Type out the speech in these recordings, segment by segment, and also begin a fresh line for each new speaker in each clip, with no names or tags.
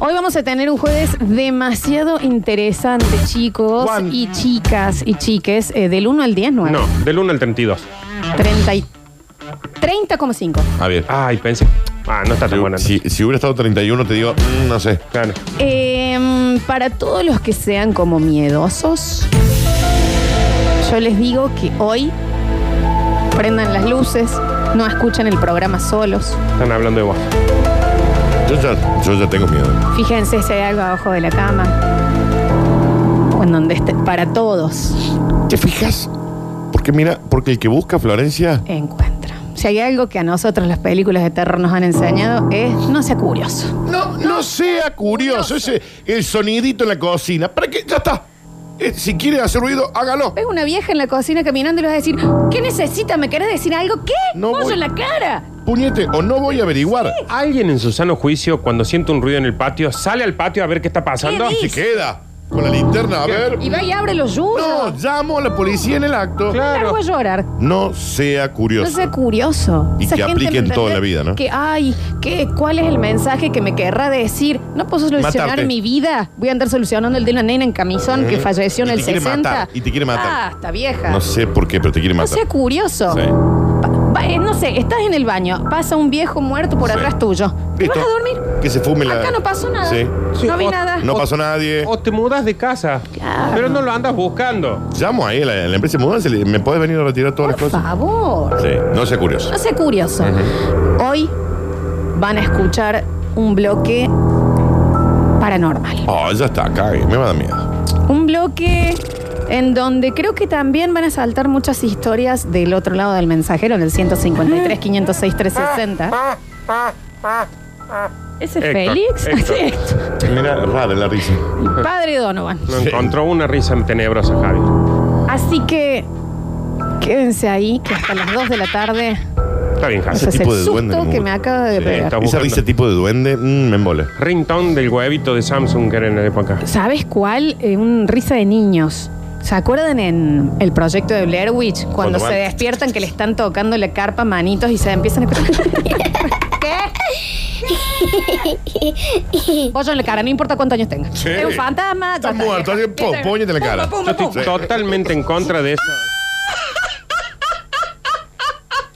Hoy vamos a tener un jueves demasiado interesante, chicos
¿Cuán?
y chicas y chiques, eh, del 1 al 10, 9.
No, del 1 al 32.
30 y- 30,5.
Ah, bien.
Ay, pensé. Ah, no está tan buena.
Si, si hubiera estado 31, te digo, mm, no sé.
Claro.
Em, para todos los que sean como miedosos, yo les digo que hoy prendan las luces, no escuchen el programa solos.
Están hablando de vos.
Yo ya, yo ya tengo miedo.
Fíjense si hay algo abajo de la cama. O en donde esté. Para todos,
¿Te fijas? Porque mira, porque el que busca Florencia,
encuentra. Si hay algo que a nosotros las películas de terror nos han enseñado es no sea curioso.
no, no sea curioso, ese el sonidito en la cocina. ¿Para qué? Ya está. Eh, si quiere hacer ruido, hágalo.
Ves una vieja en la cocina caminando y le vas a decir, ¿qué necesita? ¿Me querés decir algo? ¿Qué?
No
¡Pollo
voy.
en la cara!
Puñete, o no voy a averiguar.
Alguien en su sano juicio, cuando siente un ruido en el patio, sale al patio a ver qué está pasando.
¿Qué
Se
dice?
queda con la linterna, a ver.
Y va y abre los
No,
yuyos.
llamo a la policía en el acto.
Largo a llorar.
No sea
No
curioso.
sea curioso.
Y que aplique en
¿me
toda la
entendés?
vida, ¿no?
Que, ay, que, ¿cuál es el mensaje que me querrá decir? No puedo solucionar
Matarte. Eh,
mi vida. Voy a andar solucionando el de una nena en camisón que falleció en
Y
el
te quiere
60.
matar, y te quiere matar.
Ah, está vieja.
No sé por qué, pero te quiere
No
matar.
sea curioso.
Sí.
Pa- pa- eh, no sé, estás en el baño, pasa un viejo muerto por
Sí.
atrás tuyo. ¿Te
Listo.
vas a dormir?
Que se fume la.
Acá no pasó nada.
Sí.
Sí,
no vi
o-
nada.
No pasó nadie.
O te mudas de casa.
Claro.
Pero no lo andas buscando.
Llamo ahí a la, a la empresa de mudanza. le- ¿Me podés venir a retirar todas
Por
las cosas?
favor.
Sí, no sea curioso.
No sea curioso. Hoy van a escuchar un bloque paranormal.
Oh, ya está, cague. Me va a dar miedo.
Un bloque en donde creo que también van a saltar muchas historias del otro lado del mensajero, en el 153, 506, 360. Ese es
Héctor,
Félix.
Héctor.
Sí, Héctor.
Mira, rara la risa.
El Padre Donovan.
No
Sí.
encontró una risa tenebrosa, Javi.
Así que quédense ahí, que hasta las 2 de la tarde.
Está bien, Javi.
Ese es el
tipo de duende no
susto
me
que
gusta.
me acaba de
Sí,
pegar.
está-
Esa
buscando.
risa tipo de duende, mm, me embole.
Ringtone del huevito de Samsung que era en la época.
¿Sabes cuál? Eh, un risa de niños. ¿Se acuerdan en el proyecto de Blair Witch? Cuando,
Cuando
se
van-
despiertan que le están tocando la carpa a manitos y se empiezan a escuchar. ¿Qué? Pollo en la cara, no importa cuántos años tenga.
Sí.
Es un fantasma. ya
Está muerto, así, po,
Empiezan-
póñete en la cara.
Pum,
Yo
pum, pum,
estoy
pum.
totalmente en contra de eso.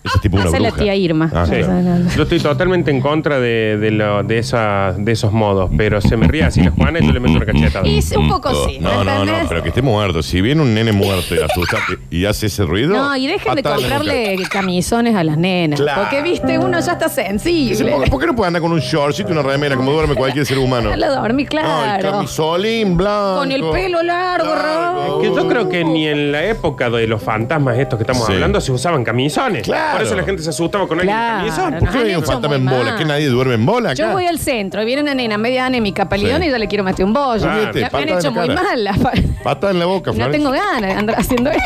Esa es tipo una
Hace
bruja.
la tía Irma.
Ah,
Ya,
Sí.
ya, ya, ya.
Yo estoy totalmente en contra de, de, lo- de esa- de esos modos, pero se me ríe así la Juana y yo le meto una cachetada.
Y sí, un poco sí.
Mm, No,
¿me
no,
entendés?
no, pero que esté muerto. Si viene un nene muerto y asusta y hace ese ruido.
No, y dejen de
atale la nuca.
comprarle camisones a las nenas.
Claro.
Porque, viste, uno ya está
Dice,
sensible.
¿por, por qué no puede andar con un shortcito y una remera como duerme cualquier ser humano?
Lo dormí,
No, el
claro.
camisolín blanco.
Con el pelo largo,
Largo.
Raúl.
Que yo creo que ni en la época de los fantasmas estos que estamos
Sí.
hablando se usaban camisones.
Claro.
Por eso la gente se asustaba con alguien
Claro,
en camisón.
no.
¿Por qué no hay
Han
un
hecho
fantasma en
muy
bola?
mal.
¿Que nadie duerme en bola acá?
Yo voy al centro y viene una nena media anémica, palidona,
Sí.
y yo le quiero meter un bollo.
Ah,
Me-
te
me han
falta
hecho
de la
muy
cara.
mal. las pa-
Patada en la boca,
No
Florencia.
tengo ganas de andar haciendo eso.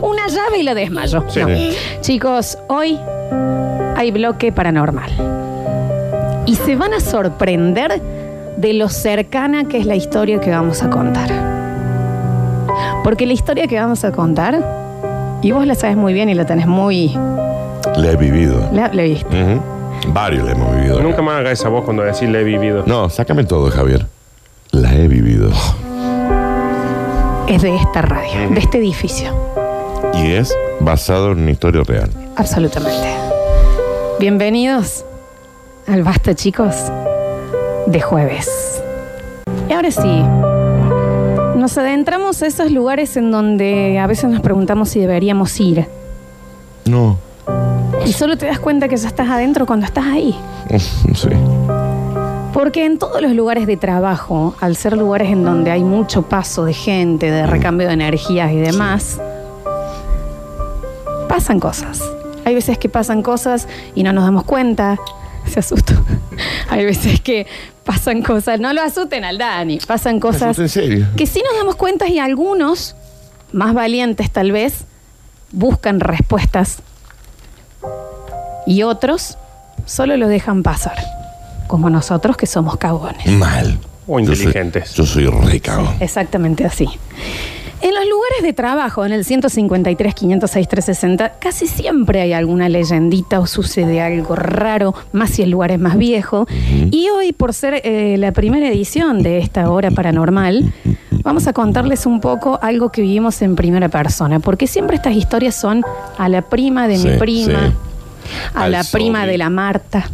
Una llave y la desmayo.
Sí.
No. Chicos, hoy hay bloque paranormal. Y se van a sorprender de lo cercana que es la historia que vamos a contar. Porque la historia que vamos a contar, y vos la sabes muy bien y la tenés muy...
La he vivido.
La, la viste.
Ujú. Varios la hemos vivido.
Nunca más haga esa voz cuando decís le he vivido.
No, sácame todo, Javier. La he vivido.
Es de esta radio, de este edificio.
Y es basado en una historia real.
Absolutamente. Bienvenidos al Basta, chicos, de jueves. Y ahora sí, nos adentramos a esos lugares en donde a veces nos preguntamos si deberíamos ir.
No.
Y solo te das cuenta que ya estás adentro cuando estás ahí.
Sí.
Porque en todos los lugares de trabajo, al ser lugares en donde hay mucho paso de gente, de recambio de energías y demás, pasan cosas. Hay veces que pasan cosas y no nos damos cuenta. Se asustó. Hay veces que pasan cosas. No lo asusten al Dani. Pasan cosas
¿En serio?
que sí nos damos cuenta y algunos, más valientes tal vez, buscan respuestas. Y otros solo lo dejan pasar, como nosotros que somos cagones.
Mal.
O
Yo soy-
inteligentes.
Yo soy, re cagón.
Exactamente así. En los lugares de trabajo, en el 153, 506, 360, casi siempre hay alguna leyendita o sucede algo raro, más si el lugar es más viejo. Y hoy, por ser eh, la primera edición de esta hora paranormal, vamos a contarles un poco algo que vivimos en primera persona, porque siempre estas historias son a la prima de mi
Sí,
prima,
sí.
a
Al
la prima
sobre.
de la Marta.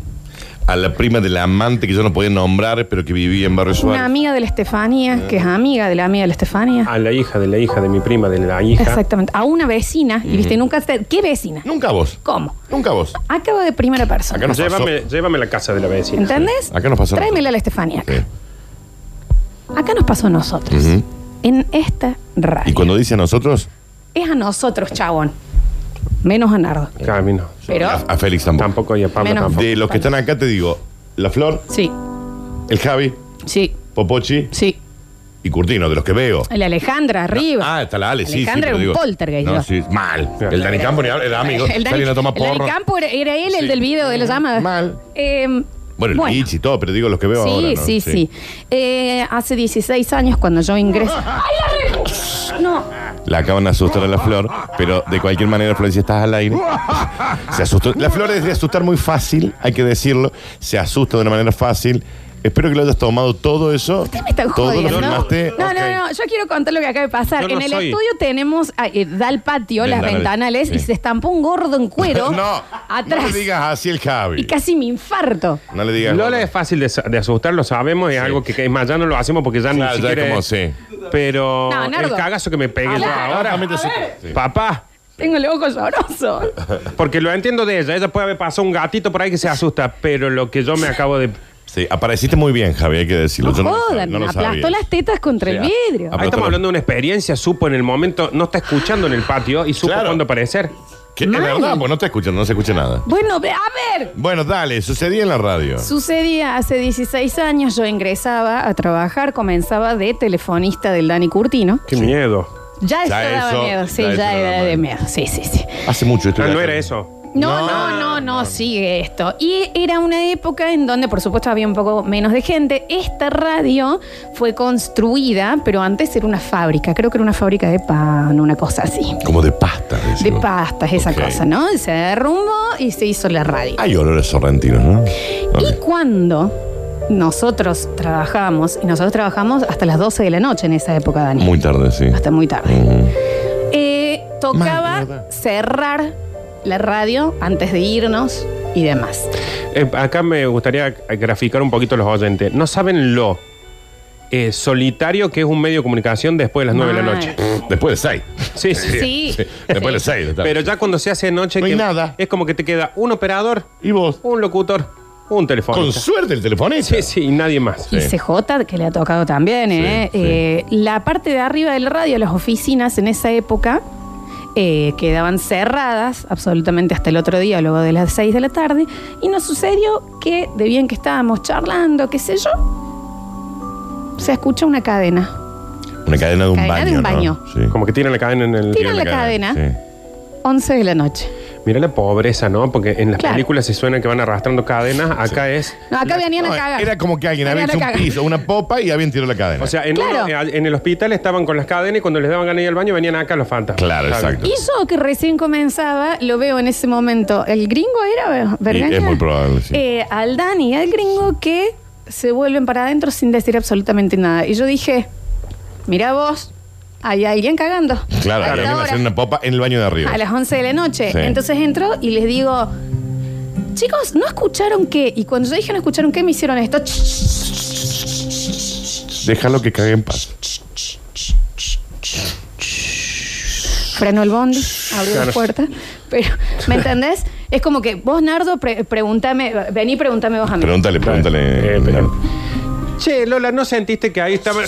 A la prima del amante que yo no podía nombrar, pero que vivía en Barrio
Una
Suárez.
amiga de la Estefanía,
Eh.
que es amiga de la amiga de la Estefanía.
A la hija de la hija de mi prima, de la hija.
Exactamente. A una vecina. Y viste, nunca. te- ¿Qué vecina?
Nunca vos.
¿Cómo?
Nunca vos.
Acaba de primera
Acá
persona.
nos pasó.
Llévame, llévame a la casa de la vecina.
¿Entendés?
Acá nos pasó a
Tráemela a la Estefanía. Acá,
Sí.
Acá nos pasó a nosotros.
Ujú.
En esta radio.
Y cuando dice a nosotros,
Es a nosotros, chabón. Menos a Nardo.
Camino.
Pero.
a, a Félix tampoco.
Tampoco y a Pablo
Menos.
tampoco.
De los que están acá te digo, la Flor,
Sí,
el Javi,
sí,
Popochi
sí.
y Curtino, de los que veo.
La Alejandra arriba.
Ah, está la Ale, sí, sí.
Alejandra
pero
era un
digo-
poltergeist,
No,
yo.
sí, mal.
Claro.
Ah, El Dani Campo ni habla, era amigo.
El Dani,
Salían a tomar
el Dani
porro.
Campo era, era él, el
Sí. Mm,
del video de la llamada.
Mal.
Eh,
Bueno, el Pichi y todo, pero digo los que veo
sí,
ahora. ¿no?
sí, sí, Eh, hace 16 años cuando yo ingreso. ¡Ay, la re- No,
La acaban de asustar a la Flor, pero de cualquier manera, Flor, si estás al aire, se asustó. La Flor es de asustar muy fácil, hay que decirlo. Se asusta de una manera fácil. Espero que lo hayas tomado todo eso.
usted Este me está
todo
jodiendo.
lo filmaste.
No, no, no, yo quiero contar lo que acaba de pasar.
Yo no
en el
soy-
estudio tenemos, ah, eh, da al patio las
Ventanales,
ventanales E y
sí.
se estampó un gordo en cuero
no,
atrás.
no le digas así el Javi.
Y casi me infarto.
No le digas.
Lola es fácil de, sa- de asustar, lo sabemos, es algo que, que es más, ya no lo hacemos porque ya
Claro,
ni
ya
siquiera.
como
es-
sí.
Pero
No,
el
Nardo.
cagazo que me pegué yo
Ah,
ahora.
Claramente sí. Sí.
Papá,
Tengo el ojo lloroso.
porque lo entiendo de ella, ella puede haber pasado un gatito por ahí que se asusta, pero lo que yo me acabo de.
Sí, apareciste muy bien, Javi, hay que decirlo.
No
Yo lo
jodan,
sabía, no lo
aplastó
sabía.
las tetas contra
Sí, a-
el vidrio.
a-
Ahí estamos hablando de una experiencia, supo en el momento, no está escuchando en el patio y supo
Claro.
cuándo aparecer.
Que es
Mal.
verdad, pues no te escuchan, no se escucha nada.
Bueno, ve- a ver.
Bueno, dale, sucedía en la radio.
Sucedía hace 16 años, yo ingresaba a trabajar, comenzaba de telefonista del Dani Curtino.
Qué miedo.
Ya,
Ya
eso daba
eso,
miedo, sí,
ya
ya,
eso daba
era de
miedo.
miedo, sí, sí, sí.
Hace mucho esto.
Ah, no era eso.
No,
No,
no, no, no, sigue esto. Y era una época en donde, por supuesto, había un poco menos de gente. Esta radio fue construida, pero antes era una fábrica, creo que era una fábrica de pan, una cosa así.
Como de pasta.
De
decimos.
pastas, esa
Ok.
cosa, ¿no? Y se derrumbó y se hizo la radio.
Hay olores sorrentinos, ¿no?
Y cuando nosotros trabajamos, y nosotros trabajamos hasta las 12 de la noche en esa época, Dani.
Muy tarde, sí.
hasta muy tarde.
Ujú.
Eh,
Mal,
tocaba
¿verdad?
cerrar la radio antes de irnos y demás.
Eh, acá me gustaría graficar un poquito los oyentes. No saben lo eh, solitario que es un medio de comunicación después de las 9 de la
Mal.
noche.
Después de seis.
Sí, sí.
Sí.
Sí, Después de las seis. de la tarde.
Pero ya cuando se hace de noche
No hay
que
nada.
es como que te queda un operador,
¿Y vos?
un locutor, un
Con
telefonista.
suerte el telefonista.
Sí, sí, y nadie más.
Y
Sí.
CJ, que le ha tocado también, ¿eh?
sí.
Eh, la parte de arriba del radio, las oficinas en esa época, eh, quedaban cerradas absolutamente hasta el otro día, luego de las 6 de la tarde, y nos sucedió que, de bien que estábamos charlando, qué sé yo, se escucha una cadena.
Una cadena de un
Cadena
baño.
de un
¿no?
baño.
Sí.
Como que tiran la cadena en el.
Tira la cadena. 11 de la noche.
Mira la pobreza, ¿no? Porque en las
Claro.
películas se suena que van arrastrando cadenas. Acá es.
No, acá venían a
No,
cagar.
era como que alguien había
Venían a
hecho un
cagar.
piso, una popa y habían tirado la cadena.
O sea, en,
Claro.
uno- en el hospital estaban con las cadenas y cuando les daban ganas de ir al baño venían acá los fantasmas.
Claro,
Está bien.
exacto.
Y yo que recién comenzaba, lo veo en ese momento. ¿El gringo era
Y
Bergaña?
es muy probable, sí.
Eh, al Dani y al gringo que se vuelven para adentro sin decir absolutamente nada. Y yo dije, mira vos, hay alguien cagando.
claro,
A
alguien iba
esta
a hacer
hora,
una popa en el baño de arriba.
a las 11 de la noche.
Sí.
Entonces entro y les digo, chicos, ¿no escucharon qué? Y cuando yo dije no escucharon qué, me hicieron esto.
Déjalo que cague en paz.
Frenó el bondi, abrió la
Claro.
puerta. Pero, ¿me entendés? Es como que vos, Nardo, pre- pregúntame, vení, pregúntame vos a mí.
Pregúntale, pregúntale.
Eh, pero-
Nardo.
Che, Lola, ¿no sentiste que ahí estaba.?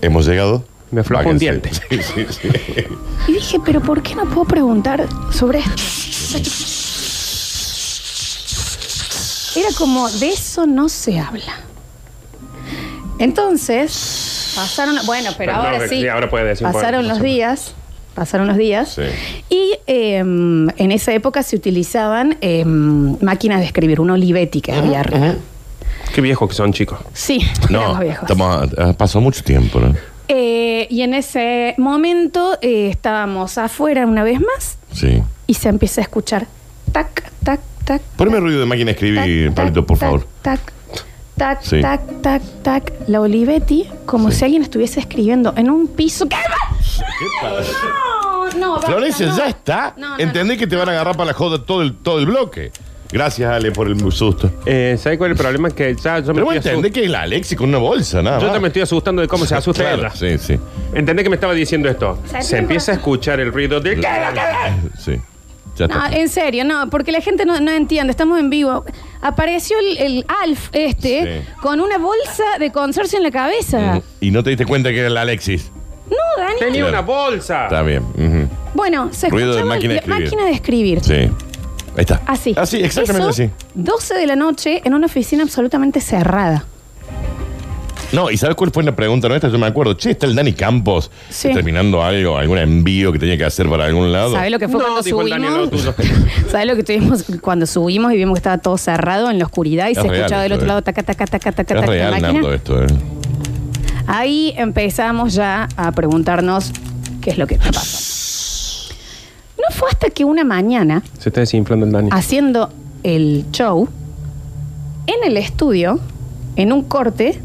Hemos llegado.
Me aflojó un
Váyanse.
diente.
Sí, sí, sí.
Y dije, pero ¿por qué no puedo preguntar sobre esto? Era como, de eso no se habla. Entonces, pasaron, bueno, pero
No,
ahora
no,
sí,
sí, ahora puede decir,
pasaron
bueno,
los
no sé.
días, pasaron los días,
Sí.
y eh, en em, esa época se utilizaban eh, máquinas de escribir, una olivética había arriba.
Qué viejos que son, chicos.
Sí, éramos
No,
viejos.
estamos, ha pasado mucho tiempo, ¿no?
Eh, y en ese momento eh, estábamos afuera una vez más
Sí.
y se empieza a escuchar tac, tac, tac.
Poneme ruido de máquina a escribir,
tac,
Pablito,
tac,
por
tac,
favor.
Tac, tac,
Sí.
tac, tac, tac. La Olivetti, como
Sí.
si alguien estuviese escribiendo en un piso. ¡Qué va-
¿Qué pasa?
No, no, basta,
Florencia,
no.
ya está.
No, no,
Entendés que te van a agarrar para la joda todo el, todo el bloque. Gracias, Ale, por el susto.
Eh, ¿Sabes cuál es el problema? Que ya yo me
Pero vos
estoy asustando.
entendés que es la Alexi con una bolsa, nada
Yo
más.
ya me estoy asustando de cómo se asusta
Claro,
ella.
Sí, sí.
Entendés que me estaba diciendo esto.
Se
Se empieza a escuchar el ruido de.
Sí. Ya
No, eh,
está.
en serio, no, porque la gente no, no entiende, estamos en vivo. Apareció el, el Alf este
Sí.
con una bolsa de consorcio en la cabeza.
Y no te diste cuenta que era la Alexis.
No, Dani.
Tenía
Claro.
una bolsa.
Está bien. ujú.
Bueno, se
Ruido de
escuchaba
máquina de
la
escribir.
máquina de escribir.
Sí. Ahí está.
Así.
Así, exactamente
Eso,
así.
12 de la noche en una oficina absolutamente cerrada.
No, ¿y sabes cuál fue la pregunta nuestra? Yo me acuerdo. Che, está el Dani Campos
Sí.
terminando algo, algún envío que tenía que hacer para algún lado.
¿Sabes lo que fue
No,
cuando
dijo el Daniel,
subimos?
lo tuyo.
¿Sabes lo que tuvimos cuando subimos y vimos que estaba todo cerrado en la oscuridad y
Es
se
real
escuchaba del
esto,
otro
eh.
lado taca, taca, taca, taca,
Es
taca, la
real,
máquina?
Nardo, esto, ¿eh?
Ahí empezamos ya a preguntarnos qué es lo que está pasando. No fue hasta que una mañana,
Se está desinflando el Dani.
Ah, haciendo el show, en el estudio, en un corte,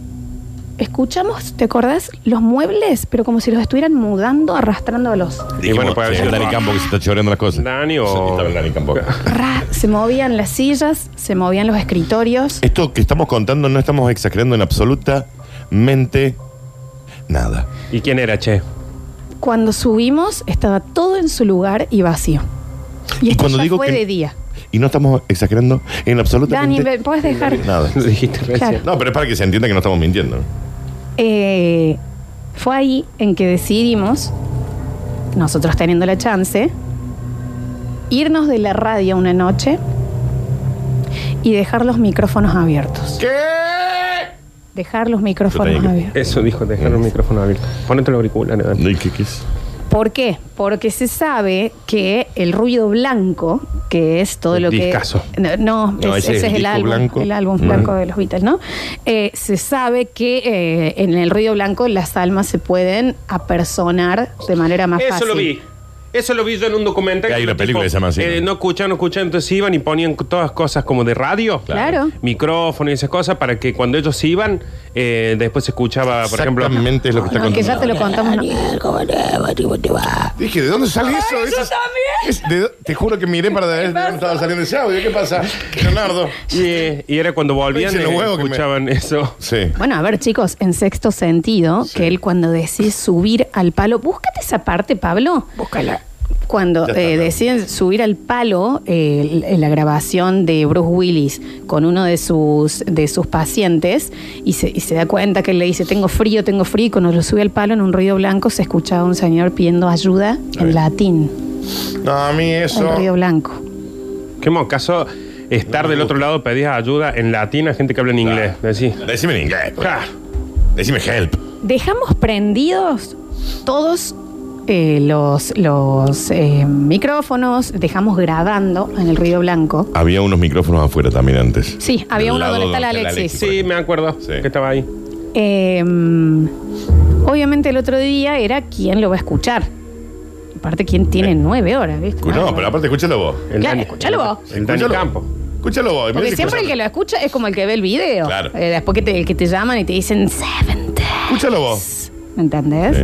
escuchamos, ¿te acordás? Los muebles, pero como si los estuvieran mudando, arrastrándolos.
Y bueno, puede
ser
el Dani Campos que se está choreando las cosas.
Dani o-
Sí, estaba el Dani Campos.
Ra, se movían las sillas, se movían los escritorios.
Esto que estamos contando no estamos exagerando en absolutamente nada.
¿Y quién era, che?
Cuando subimos, estaba todo en su lugar y vacío. Y,
Y
esto
cuando
ya
digo
fue
que-
de día.
Y no estamos exagerando en
Dani,
absolutamente
¿me ¿puedes dejar?
nada.
Lo dijiste
Claro.
recién.
No, pero es para que se entienda que no estamos mintiendo.
Eh, fue ahí en que decidimos, nosotros teniendo la chance, irnos de la radio una noche y dejar los micrófonos abiertos.
¿Qué?
Dejar los micrófonos
Yo tenía que-
abiertos.
Eso dijo, dejar el micrófono abierto. Ponete los auriculares, Dani.
¿Qué, qué es?
¿Por qué? Porque se sabe que el ruido blanco, que es todo
El
lo que.
discazo.
No, no,
No,
ese, ese es el
disco
álbum.
blanco.
El álbum
Ujú.
blanco de los Beatles, ¿no? Eh, se sabe que eh, en el ruido blanco las almas se pueden apersonar de manera más
Eso
fácil.
lo vi. Eso lo vi yo en un documental.
Hay una
Tipo,
película que se llama así,
eh,
¿no?
no escuchaban, no escuchaban, entonces iban y ponían todas cosas como de radio.
Claro.
Micrófono y esas cosas para que cuando ellos iban, eh, después se escuchaba, por ejemplo.
Exactamente es lo que está
Ah, No, que ya
contando.
te lo contamos. ¿no?
Dije, ¿de dónde sale eso? Eso es- de do- te juro que miré para ver de dónde estaba saliendo ese audio. ¿Qué pasa? Leonardo.
Y, eh, y era cuando volvían,
Pensé en los
eh,
huevos que me-
escuchaban eso.
Sí.
Bueno, a ver, chicos, en sexto sentido, que él cuando decide subir al palo, búscate esa parte, Pablo. Búscala. Cuando
Ya está,
eh,
claro.
deciden subir al palo eh, l- la grabación de Bruce Willis con uno de sus, de sus pacientes y se, y se da cuenta que él le dice, tengo frío, tengo frío, y cuando lo sube al palo en un ruido blanco se escuchaba un señor pidiendo ayuda en latín,
No, a mí eso.
el ruido blanco.
Qué mocaso estar
No me
del otro lado pedías ayuda en latín a gente que habla en inglés. Decís.
Decime en inglés. pues.
"Ja".
Decime help. pues.
Dejamos prendidos todos eh, los, los eh, micrófonos, dejamos grabando en el ruido blanco.
Había unos micrófonos afuera también antes.
Sí, había
Del
uno
lado
donde está la
donde está la
Alexis.
Sí, me acuerdo
Sí.
que estaba ahí.
Eh, obviamente el otro día era quién lo va a escuchar. Aparte, quién
Eh,
tiene nueve horas, ¿viste?
No, pero aparte, escúchalo vos.
El
Claro,
Dani-
escuchalo vos.
El Dani
Escúchalo.
Campo.
Escúchalo vos.
Porque siempre el que lo escucha es como el que ve el video.
Claro.
Eh, después que te, que te llaman y te dicen seven days",
Escúchalo vos.
¿Me entendés?
Sí.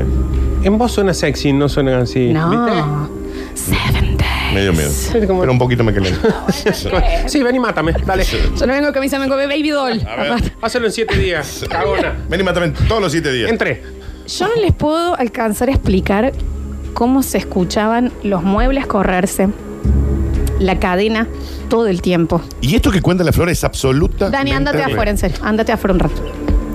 En vos suena sexy, no suena así.
No. Seven days.
Medio miedo. Pero un poquito me calienta.
¿Viste? Sí, ven y mátame. Dale.
Yo no vengo con camisa, vengo con baby doll.
A ver.
Aparte.
Hazlo en siete días. Cagona.
Ven y mátame todos los siete días.
Entré.
Yo no les puedo alcanzar a explicar cómo se escuchaban los muebles correrse, la cadena todo el tiempo.
Y esto que cuenta la flor es absoluta.
Dani, ándate afuera, en serio. Ándate afuera un rato.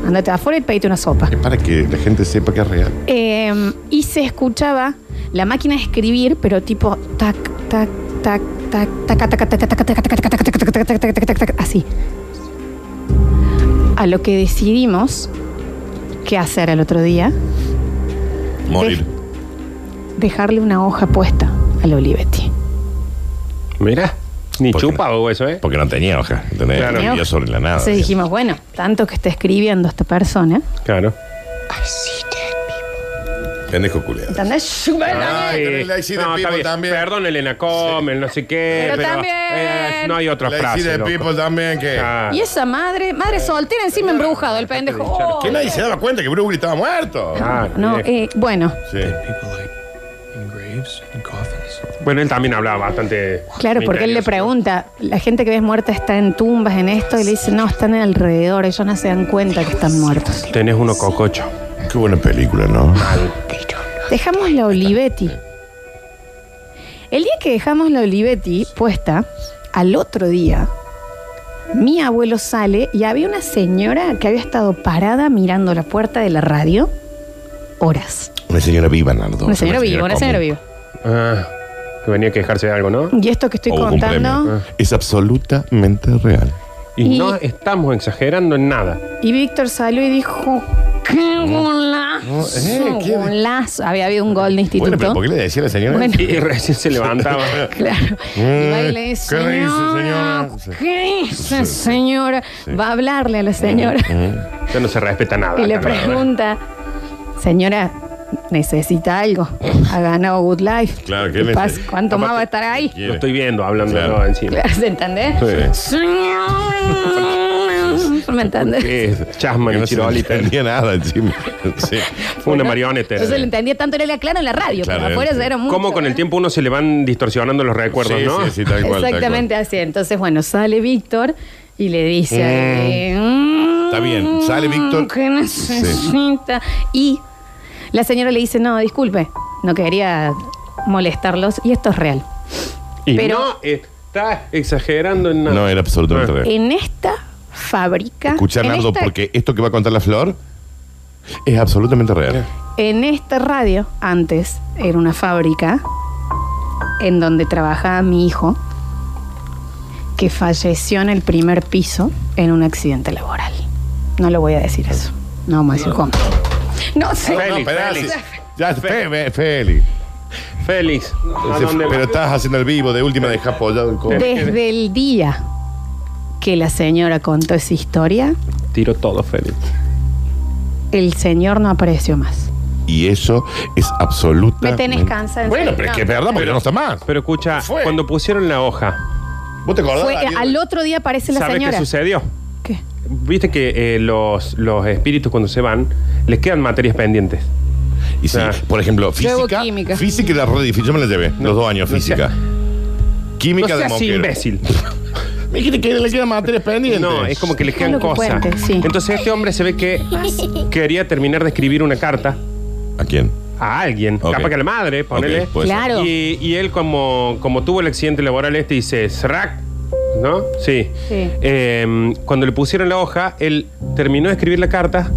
Ándate afuera y pedite una sopa.
Para que la gente sepa que es real.
Eh, y se escuchaba la máquina de escribir, pero tipo tac, tac, tac, tac, tac, tac, tac, tac, tac, tac, tac, tac, tac, tac, tac, tac, tac, tac, tac, tac, así. A lo que decidimos qué hacer el otro día,
Morir.
dejarle una hoja puesta al Olivetti.
Mira. Ni
Porque-
chupado eso, ¿eh?
Porque no tenía hoja, ¿entendés?
Claro.
Vivía sobre la nada.
Entonces dijimos, bueno, tanto que está escribiendo esta persona.
Claro.
Tenés coculeado.
¿Entendés?
Ay, pero la IC de
no, está
People
bien.
también.
Perdón, Elena Comel, no sé qué. eh,
Pero también.
no hay otra
La
frase.
IC de
loco.
People también que.
Ah,
Y esa madre, madre soltera, encima embrujado, el pendejo. Oh.
Que nadie se daba cuenta que Brugli estaba muerto.
ah,
No,
bien.
eh, bueno,
Sí.
people like in graves and coffins.
Bueno, él también hablaba bastante.
claro, porque él le
misterioso.
pregunta, la gente que ves muerta está en tumbas, en esto, y le dice, no, están alrededor, ellos no se dan cuenta que están muertos.
Tenés uno cococho.
Qué buena película, ¿no?
Dejamos la Olivetti. El día que dejamos la Olivetti puesta, al otro día, mi abuelo sale y había una señora que había estado parada mirando la puerta de la radio horas.
Una señora viva, Nardo.
Una señora viva, una
común.
señora viva.
Ah, que venía a quejarse de algo, ¿no? Ah.
Y esto que estoy
O hubo un
contando,
premio. Es absolutamente real.
Y,
Y-
no estamos exagerando en
Ah.
nada.
y Víctor salió y dijo, ¡qué golazo!
Eh, qué-
golazo! Había habido un gol de instituto.
Bueno, pero ¿por qué le decía a la señora? Eh,
Bueno.
Y recién se levantaba.
Claro. Y va y le dice,
¿Qué dice,
señora?
señora?
¿Qué dice, señora? Va a hablarle a la señora
Mm,
Ya no se respeta
Ah,
nada.
y le
acá, la verdad.
pregunta, señora, necesita algo. Ha ganado Good Life.
Claro, ¿qué
¿Qué
le-
pasa? ¿Cuánto más
Aparte-
va a estar ahí?
Lo estoy viendo hablando
Claro.
yo encima.
Claro, ¿se entendés?
Sí.
Señora. ¿Me entendés?
Eh, Chasman
Que
y
no se
Chirolita.
entendía nada encima. Sí.
Fue una marioneta.
Yo se lo entendía tanto, era la clara en la radio,
Claro,
pero afuera
eh.
era mucho.
Cómo con el
¿eh?
tiempo uno se le van distorsionando los recuerdos,
sí,
¿no?
sí, sí, tal cual. tal
Exactamente así. Entonces, bueno, sale Víctor y le dice. a-
Mm.
"Mm,
Está bien, sale Víctor.
¿Qué necesita? Y la señora le dice: No, disculpe, no quería molestarlos. Y esto es real.
cual. Y
Pero-
no está exagerando en nada.
No, era absolutamente
Ah.
real.
En esta fábrica.
Escucha,
en este
Nardo,
esta-
porque esto que va a contar la flor es absolutamente
Eh.
real.
En esta radio, antes era una fábrica en donde trabajaba mi hijo, que falleció en el primer piso en un accidente laboral. No lo voy a decir eso. No vamos a decir cómo. No sé.
Félix,
No, esperá,
Félix.
sí. Ya, Fe- Fe- Félix.
Félix, ¿a
Se-
dónde va?
Pero estás haciendo el vivo de última, deja apoyado el codo.
Desde el día que la señora contó esa historia,
Tiro todo, Félix.
el señor no apareció más.
Y eso es absoluta.
Me tenés cansancio.
Bueno, pero es que es verdad, porque ya no está más.
Pero escucha,
Fue.
cuando pusieron la hoja,
¿Vos te acordás?
Fue, eh,
Ariel?
al otro día aparece la
¿sabes qué
señora.
sucedió?
¿Qué?
Viste que eh, los, los espíritus cuando se van, les quedan materias pendientes.
Y sí,
Ah.
por ejemplo, física.
química.
Física era re difícil. Yo me la llevé, los dos años,
no
física. Química
no
de
seas
Monquero.
imbécil.
Me dijiste que le quedan materias pendientes.
No, es como que les quedan
Déjalo que
cosas.
cuente, sí.
Entonces este hombre se ve que quería terminar de escribir una carta
¿A quién?
a alguien,
Ok.
capaz que a la madre, ponele.
Ok, pues, puede ser.
Claro.
Y, y él, como, como tuvo el accidente laboral este, dice, Srac, ¿no? Sí.
Sí.
Eh, cuando le pusieron la hoja, él terminó de escribir la carta,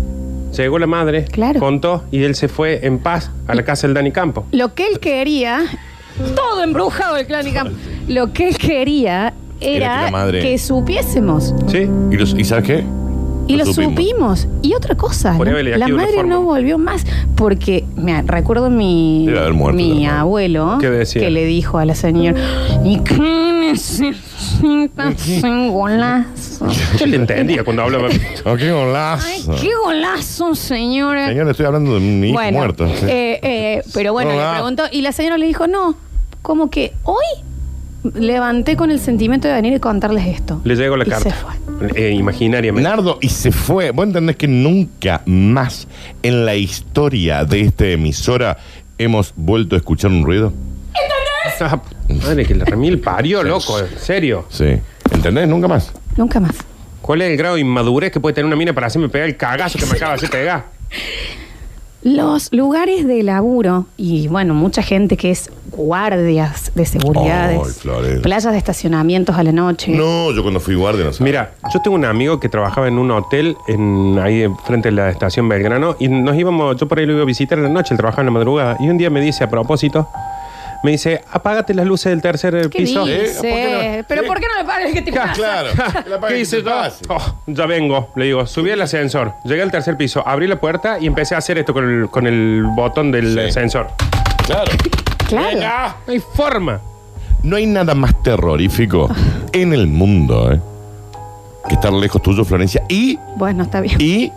llegó la madre,
Claro.
contó, y él se fue en paz a la casa del Dani Campo.
Lo que él quería, todo embrujado el clan y Campo. Lo que él quería
Era que
era,
la madre-
que supiésemos.
¿Sí?
¿Y, los- y sabes qué?
Y lo,
Lo
supimos.
supimos.
Y otra cosa,
Por
¿no?
ahí había
la
aquí una
madre
forma.
no volvió más porque me recuerdo mi
Debe haber muerto
mi
la madre.
abuelo
¿Qué decía?
que le dijo a la señora, "¿Y qué necesitas un golazo?"
Yo le entendía cuando hablaba.
Ok, golazo.
Ay, qué golazo, señora.
Señor, estoy hablando de mi hijo
bueno,
muerto. sí.
eh, eh, pero bueno,
Hola.
le preguntó y la señora le dijo, "No, como que hoy levanté con el sentimiento de venir y contarles esto."
Le llegó la
Y se
carta.
fue.
Eh, imaginariamente.
Nardo, y se fue. Vos entendés que nunca más en la historia de esta emisora hemos vuelto a escuchar un ruido.
Ah, madre que la remil parió, loco, en serio.
Sí. ¿Entendés? Nunca más.
Nunca más.
¿Cuál es el grado de inmadurez que puede tener una mina para hacerme pegar el cagazo que me acaba de hacer pegar?
Los lugares de laburo y bueno, mucha gente que es guardias de seguridades,
Ay, Flores.
playas de estacionamientos a la noche.
No, yo cuando fui guardia no sabía.
Eh, Mira, yo tengo un amigo que trabajaba en un hotel en, ahí de- frente a la estación Belgrano y nos íbamos, yo por ahí lo iba a visitar en la noche, él trabajaba en la madrugada y un día me dice a propósito, me dice, apágate las luces del tercer eh,
¿Qué
piso.
dice?
¿Por qué no?
Pero
Sí.
¿por qué no le pagas? ¿Qué te
Ja,
pasa?
Claro. La paga
¿Qué
que
dice
te
yo?
pase.
Oh, ya vengo, le digo, subí al ascensor, llegué al tercer piso, abrí la puerta y empecé a hacer esto con el, con el botón del
Sí.
ascensor.
Claro.
Claro.
Venga, no hay forma.
No hay nada más terrorífico en el mundo ¿eh? que estar lejos tuyo, Florencia, y,
Bueno, está bien.
y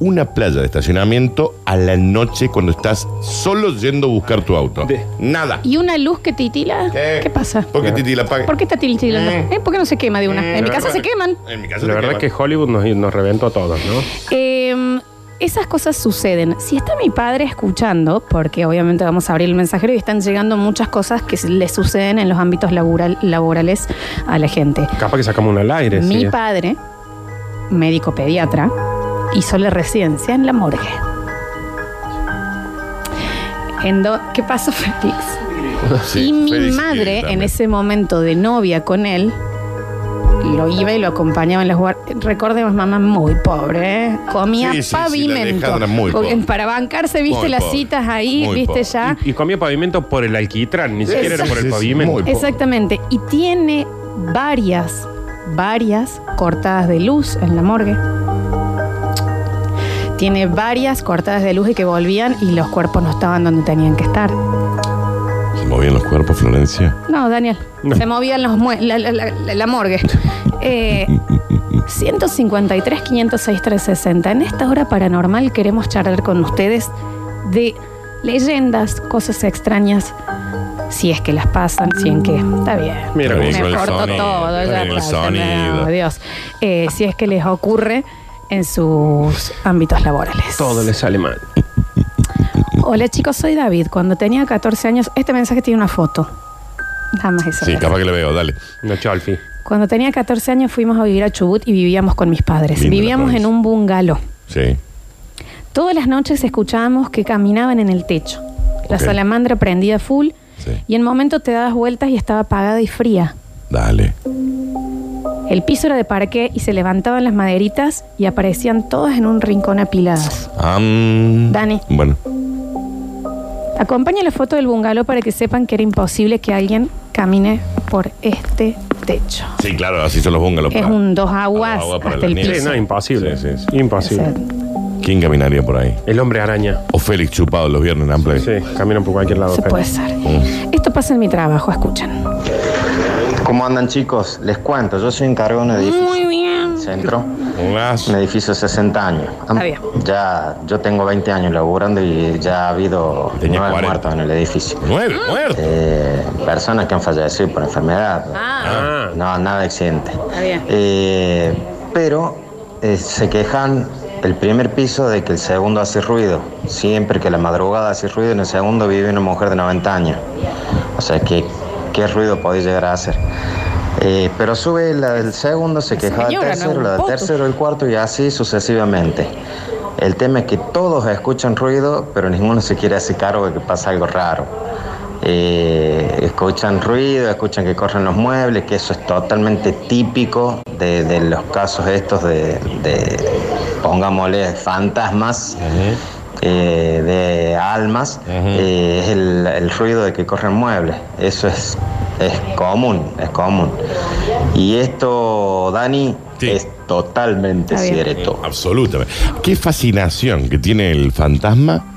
una playa de estacionamiento a la noche cuando estás solo yendo a buscar tu auto.
De-
Nada.
¿Y una luz que titila?
Eh,
¿Qué pasa?
¿Por qué Titi la apaga?
¿Por qué está titilando?
Mm.
¿Eh? ¿Por qué no se quema de una? en mi casa se queman.
En mi casa
La
se
verdad
queman.
que Hollywood nos, nos reventó a todos, ¿no?
Eh, esas cosas suceden. Si está mi padre escuchando, porque obviamente vamos a abrir el mensajero y están llegando muchas cosas que le suceden en los ámbitos laboral- laborales a la gente.
Capaz que sacamos una al aire.
Mi
sí.
padre, médico pediatra, hizo la residencia en la morgue. En do- ¿Qué pasó, Félix?
Sí,
y mi
Félix,
madre,
sí,
en
también.
ese momento de novia con él, lo iba y lo acompañaba en los guardias. Recordemos, mamá muy pobre, ¿eh? comía
Sí, sí, sí, la
pavimento.
Alejandra muy
Porque
pobre.
para bancarse, viste
Muy
las
pobre,
citas ahí,
muy
viste
pobre.
ya.
Y, y comía pavimento por el alquitrán, ni siquiera era por
Sí,
el
sí,
pavimento.
muy pobre.
Exactamente. Y tiene varias, varias cortadas de luz en la morgue. Tiene varias cortadas de luz y que volvían y los cuerpos no estaban donde tenían que estar.
Se movían los cuerpos, Florencia.
No, Daniel.
No.
Se movían los mue- la, la- la- la- la morgue. Eh, 153, 506, 360. En esta hora paranormal queremos charlar con ustedes de leyendas, cosas extrañas, si es que las pasan, si en qué. Está bien.
Mira,
Está
Me
bien, con el
corto
sonido,
todo.
está
ya
bien con el
está,
sonido.
no, Dios. Eh, si es que les ocurre en sus ámbitos laborales.
todo le sale mal.
Hola chicos, soy David. Cuando tenía 14 años, este mensaje tiene una foto. Nada más eso.
Sí,
gracias.
capaz que le veo, dale.
No, Cholfi.
Cuando tenía 14 años fuimos a vivir a Chubut y vivíamos con mis padres.
Linda la
vivíamos en
provincia.
un bungalow.
Sí.
Todas las noches escuchábamos que caminaban en el techo. La
Ok.
salamandra prendía full
Sí.
y en momento te dabas vueltas y estaba apagada y fría.
Dale.
El piso era de parqué y se levantaban las maderitas y aparecían todas en un rincón apiladas.
Am.
Dani.
Bueno.
Acompaña la foto del bungalow para que sepan que era imposible que alguien camine por este techo.
Sí, claro, así son los bungalows.
Es
para-
un dos
para
aguas
la agua, para
hasta el
la nieve.
Sí,
piso.
no, imposible.
Sí, sí, sí.
Imposible.
O sea,
¿Quién caminaría por ahí?
El hombre araña.
O Félix chupado los viernes en Amplay.
Sí, caminan por cualquier lado.
Se
pero-
puede ser.
Mm.
Esto pasa en mi trabajo, escuchen.
¿Cómo andan chicos? Les cuento, yo soy encargado de un edificio
bien.
centro,
Un lazo.
un edificio de 60 años.
Está bien.
Ya, yo tengo 20 años laburando y ya ha habido
Tenía
nueve
40.
muertos en el edificio.
Nueve, muerto.
Eh, personas que han fallecido por enfermedad.
Ah,
Ah,
No, nada de accidente.
Está bien.
Eh, pero eh, se quejan el primer piso de que el segundo hace ruido. Siempre que la madrugada hace ruido, en el segundo vive una mujer de 90 años. O sea, que qué ruido podéis llegar a hacer. Eh, pero sube la del segundo, se queja del
señora, no,
tercero,
un
la del
poco.
tercero, el cuarto y así sucesivamente. El tema es que todos escuchan ruido, pero ninguno se quiere hacer cargo de que pasa algo raro. Eh, escuchan ruido, escuchan que corren los muebles, que eso es totalmente típico de, de los casos estos de, de, pongámosle, fantasmas, eh, de almas, eh, es el, el ruido de que corren muebles. Eso es, es común, es común. Y esto, Dani,
Sí.
es totalmente
Está bien.
cierto.
Eh, Absolutamente. Qué fascinación que tiene el fantasma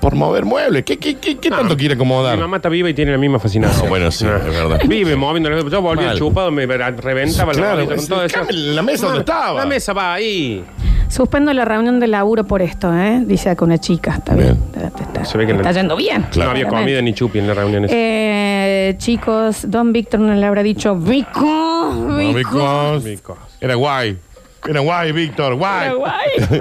por mover muebles. ¿Qué, qué, qué, qué tanto quiere acomodar?
Mi mamá está viva y tiene la misma fascinación. Ah.
No, bueno, sí, es verdad.
Vive moviendo. Yo volví
Mal.
chupado, me reventaba
Sí, claro,
la bolita con
sí,
todo eso.
cambia la mesa
Mamá,
donde estaba.
La mesa va ahí.
Suspendo la reunión de laburo por esto, ¿eh? Dice acá una chica. Está bien. Está, está-
Se ve que
está
no-
yendo bien.
No
Claro.
había
Claramente.
comida ni chupi en las reuniones.
Eh, chicos, don Víctor no le habrá dicho Vico, Vico.
Because-
Because.
Era guay. Era guay, Víctor. Guay.
Era guay.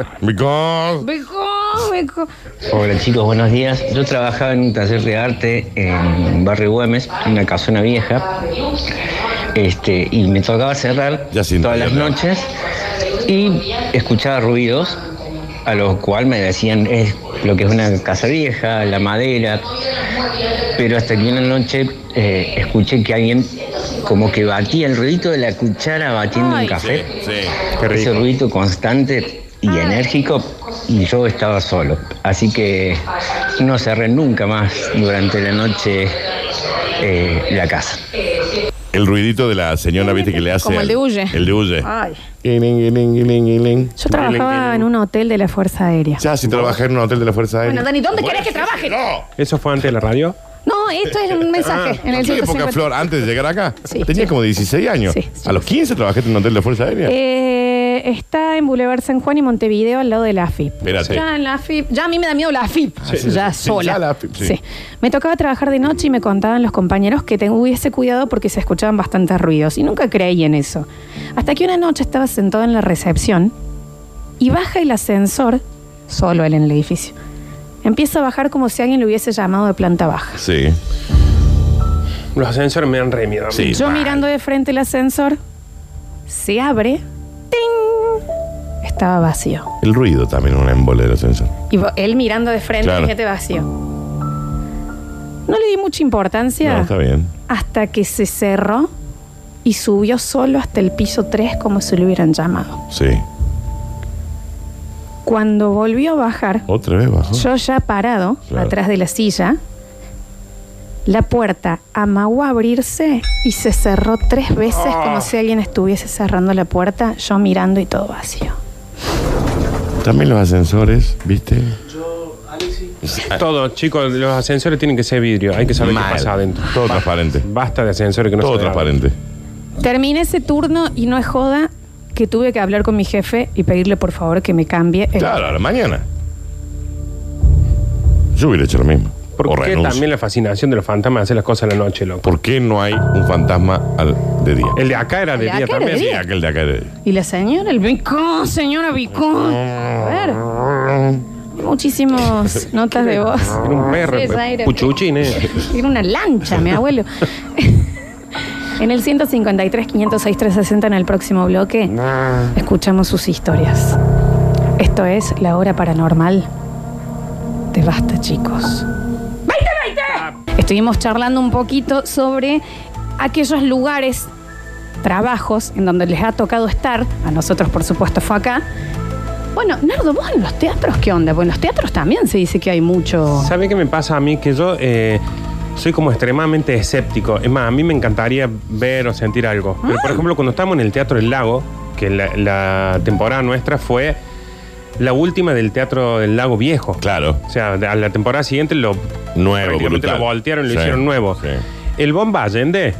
Because.
Vico, Vico.
Hola chicos, buenos días. Yo trabajaba en un taller de arte en Barrio Güemes, en una casona vieja, este, y me tocaba cerrar
Ya sin
todas las
taller, ¿no?
noches y escuchaba ruidos, a lo cual me decían es lo que es una casa vieja, la madera, pero hasta que una noche eh, escuché que alguien como que batía el ruidito de la cuchara batiendo
Ay.
un café
Sí.
Qué rico.
ese ruido constante y enérgico y yo estaba solo. Así que no cerré nunca más durante la noche eh, la casa.
El ruidito de la señora, viste, que le hace.
Como el de
al-
Huye.
El de Huye.
Ay.
Guiling, guiling, guiling, guiling.
Yo trabajaba en un hotel de la Fuerza Aérea.
Ya, si trabajé en un hotel de la Fuerza Aérea.
Bueno, Dani, ¿dónde
Bueno,
querés que trabaje?
No. Ah,
¿Eso fue antes de la radio?
No, No, esto es un mensaje en el
¿Qué época,
150.
Flor, antes de llegar acá?
Sí.
Tenía como 16 años.
Sí, sí.
a los 15 trabajaste en un hotel de Fuerza Aérea.
Eh, está en Boulevard San Juan y Montevideo al lado de la AFIP.
Espérate.
Ya en la AFIP, ya a mí me da miedo la AFIP,
Ah, sí,
ya
sí,
sola.
ya la AFIP, sí.
Me tocaba trabajar de noche y me contaban los compañeros que te- hubiese cuidado porque se escuchaban bastantes ruidos y nunca creí en eso. Hasta que una noche estaba sentado en la recepción y baja el ascensor solo él en el edificio. Empieza a bajar como si alguien lo hubiese llamado de planta baja.
Sí.
Los ascensores me dan re miedo. a mí.
Sí.
Yo
mal.
mirando de frente el ascensor, se abre, ¡ting! Estaba vacío.
El ruido también es un embole del ascensor.
Y vo- él mirando de frente,
Claro.
fíjate vacío. No le di mucha importancia
No, está bien.
hasta que se cerró y subió solo hasta el piso 3 como si lo hubieran llamado.
Sí.
Cuando volvió a bajar,
Otra vez bajó.
yo ya parado
Claro.
atrás de la silla, la puerta amagó a abrirse y se cerró tres veces como si alguien estuviese cerrando la puerta, yo mirando y todo vacío.
También los ascensores, ¿viste?
Todo, chicos, los ascensores tienen que ser vidrio. Hay que saber
Mal.
qué pasa adentro.
Todo
Ba-
transparente.
Basta de ascensores que no
Todo
se vean.
transparente.
Terminé ese turno y no es joda que tuve que hablar con mi jefe y pedirle por favor que me cambie. el-
Claro, ahora mañana. Yo hubiera hecho lo mismo. O
¿Por qué
renuncio.
también la fascinación de los fantasmas de hacer las cosas a la noche, loco?
¿Por qué no hay un fantasma al, de día?
El de acá era
El
de
de
día
acá era
también.
de
Sí,
día.
aquel de acá. de-
Y la señora, el Vicón, señora Vicón. A ver, muchísimas notas de voz.
Era un perro, pues.
Sí, pues. ya era-
puchuchín, eh.
Era una lancha, mi abuelo. En el 153, 506, 360, en el próximo bloque, escuchamos sus historias. Esto es La Hora Paranormal de Basta, chicos. ¡2020! Estuvimos charlando un poquito sobre aquellos lugares, trabajos, en donde les ha tocado estar. A nosotros, por supuesto, fue acá. Bueno, Nardo, vos en los teatros, ¿qué onda? Bueno, en los teatros también se dice que hay mucho...
¿Sabe qué me pasa a mí? Que yo eh, soy como extremadamente escéptico. Es más, a mí me encantaría ver o sentir algo. Pero,
Ah.
por ejemplo, cuando estábamos en el Teatro del Lago, que la, la temporada nuestra fue la última del Teatro del Lago Viejo.
Claro.
O sea, a la temporada siguiente lo,
Nuevo,
prácticamente
brutal.
lo voltearon, lo
Sí,
hicieron nuevo.
sí.
El Bomba Allende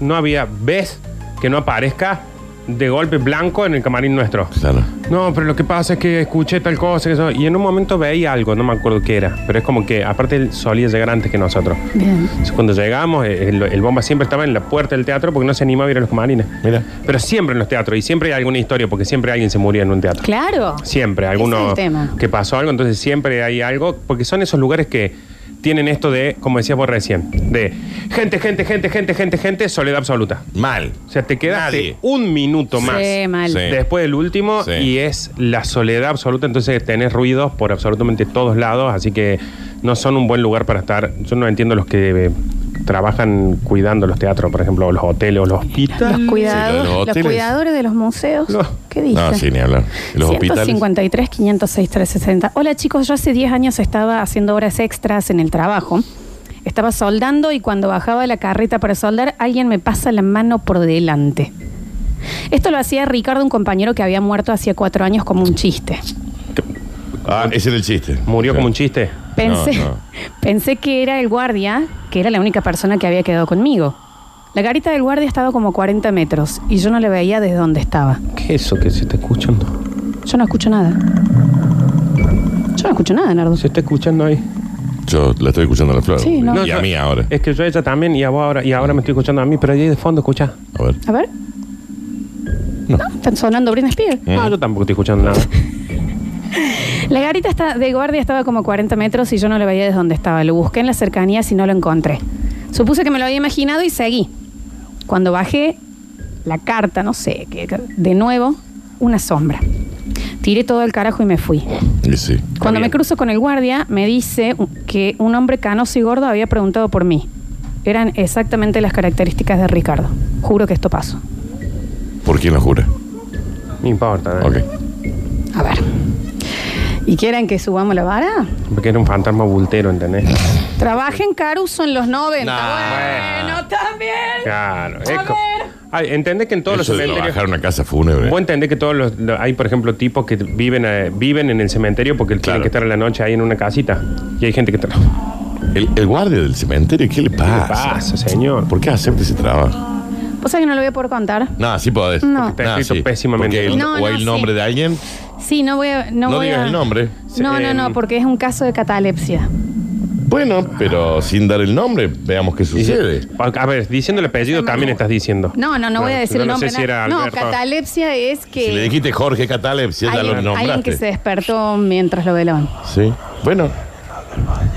no había vez que no aparezca de golpe blanco en el camarín nuestro.
Claro.
No, pero lo que pasa es que escuché tal cosa que eso, y en un momento veía algo, no me acuerdo qué era, pero es como que aparte él solía llegar antes que nosotros.
Bien.
Entonces, Cuando llegamos, eh, el, el bomba siempre estaba en la puerta del teatro porque no se animaba a ir a los camarines.
Mira.
Pero siempre en los teatros y siempre hay alguna historia porque siempre alguien se murió en un teatro.
Claro.
Siempre,
Ese es
alguno
el tema.
que pasó algo, entonces siempre hay algo, porque son esos lugares que tienen esto de, como decías vos recién, de gente, gente, gente, gente, gente, gente, soledad absoluta.
Mal.
O sea, te quedaste
Nadie.
un minuto más
Sí, mal.
Sí.
después del último
Sí.
y es la soledad absoluta, entonces tenés ruidos por absolutamente todos lados, así que no son un buen lugar para estar. Yo no entiendo los que eh, trabajan cuidando los teatros, por ejemplo, o los hoteles o los hospitales.
Los, cuidados,
Sí, los
los,
hoteles.
cuidadores de los museos.
No.
¿Qué dice?
No, sí, ni hablar. Y Los hospitales.
153, 506, 360. Hola chicos, yo hace 10 años estaba haciendo horas extras en el trabajo. Estaba soldando y cuando bajaba la carreta para soldar, alguien me pasa la mano por delante. Esto lo hacía Ricardo, un compañero que había muerto hacía cuatro años como un chiste.
Ah, ese era el chiste.
Murió como un chiste.
Pensé,
No, no.
pensé que era el guardia, que era la única persona que había quedado conmigo. La garita del guardia estaba como 40 metros y yo no le veía desde donde estaba.
¿Qué es eso que se está escuchando?
Yo no escucho nada. Yo no escucho nada, Nardo.
Se está escuchando ahí.
Yo la estoy escuchando a la flor.
Sí, no.
Y a
yo-
mí ahora.
Es que yo a ella también y a vos ahora, y ahora me estoy escuchando a mí, pero ahí de fondo escucha.
A ver.
A ver. No. están sonando Britney Spears.
Mm.
No, yo tampoco estoy escuchando nada.
La garita está, de guardia estaba como a 40 metros y yo no le veía desde donde estaba. Lo busqué en las cercanías y no lo encontré. Supuse que me lo había imaginado y seguí. Cuando bajé la carta, no sé, que, de nuevo, una sombra. Tiré todo el carajo y me fui.
Y sí.
Cuando
bien.
me cruzo con el guardia, me dice que un hombre canoso y gordo había preguntado por mí. Eran exactamente las características de Ricardo. Juro que esto pasó.
¿Por quién lo jura?
No importa, ¿eh?
Ok.
A ver. ¿Y quieren que subamos la vara?
porque era un fantasma bultero, ¿entendés?
Trabajen Caruso en los 90. Bueno, también.
Claro. es
A
como-
ver.
Ay, entendés que en todos
Eso
los
de
cementerios.
trabajar en una casa ¿eh? fúnebre.
Vos entendés que todos los, lo- hay, por ejemplo, tipos que viven eh, viven en el cementerio porque tienen
Claro.
que estar a la noche ahí en una casita. Y hay gente que tra-
El, el guardia del cementerio, ¿qué le
¿Qué
pasa?
le pasa, señor?
¿Por qué acepta ese trabajo?
¿Vos sabés que no lo voy a poder contar?
No, sí podés.
No.
Porque
Está escrito pésimamente.
Porque el-
No,
o
no,
el
sí.
nombre de alguien,
Sí, no voy a. No,
no,
voy
digas
a-
el nombre.
No,
Em,
no,
Eh,
no, porque es un caso de catalepsia.
Bueno, pero sin dar el nombre, veamos qué sucede.
A ver, diciendo el apellido también estás diciendo.
No, no, no voy a decir
yo
el
no
nombre.
sé si era
no,
Alberto.
catalepsia es que.
Si le dijiste Jorge Catalepsia, ya lo
alguien,
nombraste.
alguien que se despertó mientras lo velaban.
Sí. Bueno,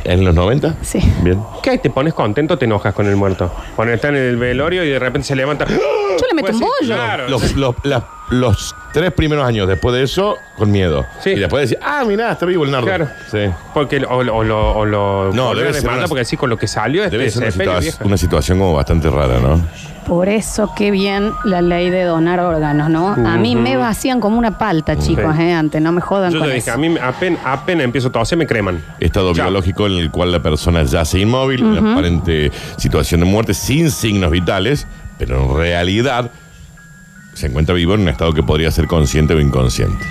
¿en los 90?
Sí.
Bien.
¿Qué? ¿Te pones contento o te enojas con el muerto? Cuando está en el velorio y de repente se levanta.
¡Ah!
Yo
le meto un bollo.
Pues Claro.
Los, los, las- los tres primeros años después de eso, con miedo.
Sí.
Y después decir, ah, mirá, está vivo el nardo.
Claro.
Sí.
Porque o, lo- o lo, o lo-
No,
o lo
debe ser
demanda
una-
porque así con lo que salió este
Debe ser una,
sepelio,
situa-
vieja.
una situación como bastante rara, ¿no?
Por eso qué bien la ley de donar órganos, ¿no? A mí me vacían como una palta, chicos,
Sí.
eh, antes, no me jodan
Yo
con
te dije,
eso.
a mí me- apenas, apenas empiezo todo, se me creman.
Estado
Chao.
biológico en el cual la persona yace inmóvil, en aparente situación de muerte, sin signos vitales, pero en realidad se encuentra vivo en un estado que podría ser consciente o inconsciente.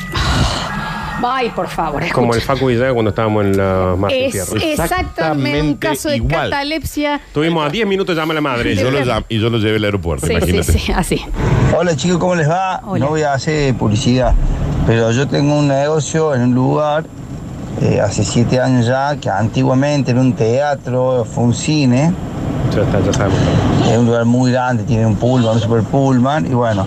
Ay, por favor, escucha.
Como el Facu y yo cuando estábamos en la Martín
Es
Fierro.
exactamente un
Exactamente
caso de
igual.
catalepsia.
Tuvimos a 10 minutos, llama a la madre.
Y yo, lo llam- y yo lo llevé al aeropuerto,
Sí, sí,
imagínate.
sí, así.
Hola chicos, ¿cómo les va?
Hola.
No voy a hacer publicidad, pero yo tengo un negocio en un lugar eh, hace siete años ya, que antiguamente era un teatro, fue un cine,
Ya está, ya sabemos.
es un lugar muy grande, tiene un pullman, un super pullman, y bueno,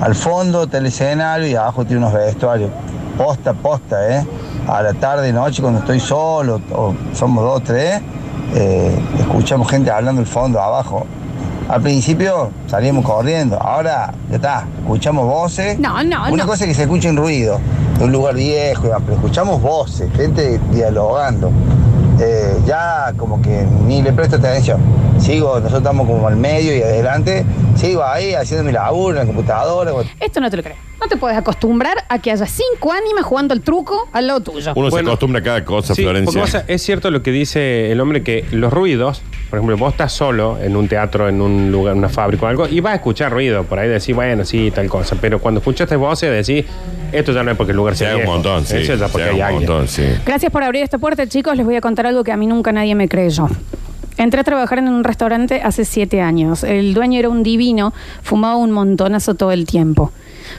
al fondo está el escenario y abajo tiene unos vestuarios, posta, posta, ¿eh? A la tarde, noche, cuando estoy solo, o somos dos, tres, eh, escuchamos gente hablando al fondo, abajo. Al principio salimos corriendo, ahora ya está, escuchamos voces.
No, no,
Una
no.
cosa es que se escuchen ruido de un lugar viejo, y demás, pero escuchamos voces, gente dialogando. Eh, ya como que ni le presto atención. Sigo, nosotros estamos como al medio y adelante, sigo ahí haciendo mi laburo en la computadora.
Esto no te lo creo. No te puedes acostumbrar a que haya cinco ánimas jugando al truco al lado tuyo.
Uno se
Bueno.
acostumbra a cada cosa,
Sí, porque
Florencia.
vos sabés, es cierto lo que dice el hombre que los ruidos, por ejemplo, vos estás solo en un teatro, en un lugar, una fábrica o algo, y vas a escuchar ruido, por ahí decís, bueno, sí, tal cosa, pero cuando escuchaste voces decís, esto ya no es porque el lugar
Se
sea
haga un
viejo,
montón, sí.
eso
Se
ya porque
haga
hay
un
alguien.
montón, sí.
Gracias por abrir esta puerta, chicos. Les voy a contar algo que a mí nunca nadie me creyó. Entré a trabajar en un restaurante hace siete años. El dueño era un divino, fumaba un montonazo todo el tiempo.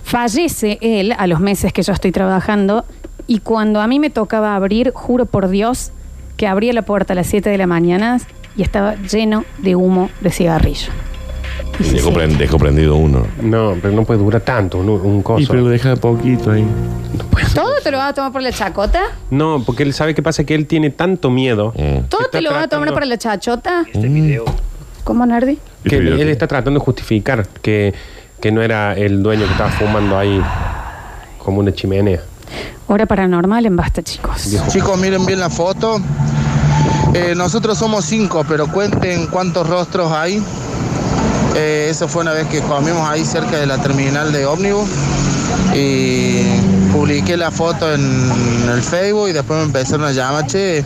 Fallece él a los meses que yo estoy trabajando y cuando a mí me tocaba abrir, juro por Dios, que abría la puerta a las 7 de la mañana y estaba lleno de humo de cigarrillo. Y sí,
Dejó,
sí.
prend- dejó prendido uno.
No, pero no puede durar tanto un, un coso.
deja de poquito ahí.
¿Todo te lo vas a tomar por la chacota?
No, porque él sabe qué pasa, que él tiene tanto
Mm.
miedo.
¿Todo
Está
te lo vas a tomar
tratando-
por la chachota?
Este
¿Cómo, Nardi?
Que él está tratando de justificar que, que no era el dueño que estaba fumando ahí como una chimenea.
Hora paranormal en basta, chicos.
Chicos, miren bien la foto. Eh, nosotros somos cinco, pero cuenten cuántos rostros hay. Eh, eso fue una vez que comimos ahí cerca de la terminal de ómnibus y publiqué la foto en el Facebook y después me empezaron a llamar, che,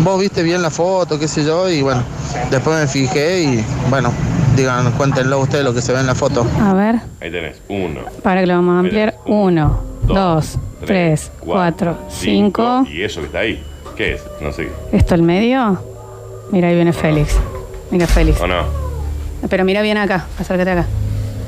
vos viste bien la foto, qué sé yo, y bueno, después me fijé y bueno, digan, cuéntenlo ustedes lo que se ve en la foto.
A ver,
Ahí tenés, uno.
para que lo vamos a ampliar. Uno, dos, tres, cuatro, cinco.
Y eso que está ahí. ¿Qué es? No sé.
Esto al medio. Mira, ahí viene Félix. Mira, Félix.
¿O no?
Pero mira bien acá, acércate acá.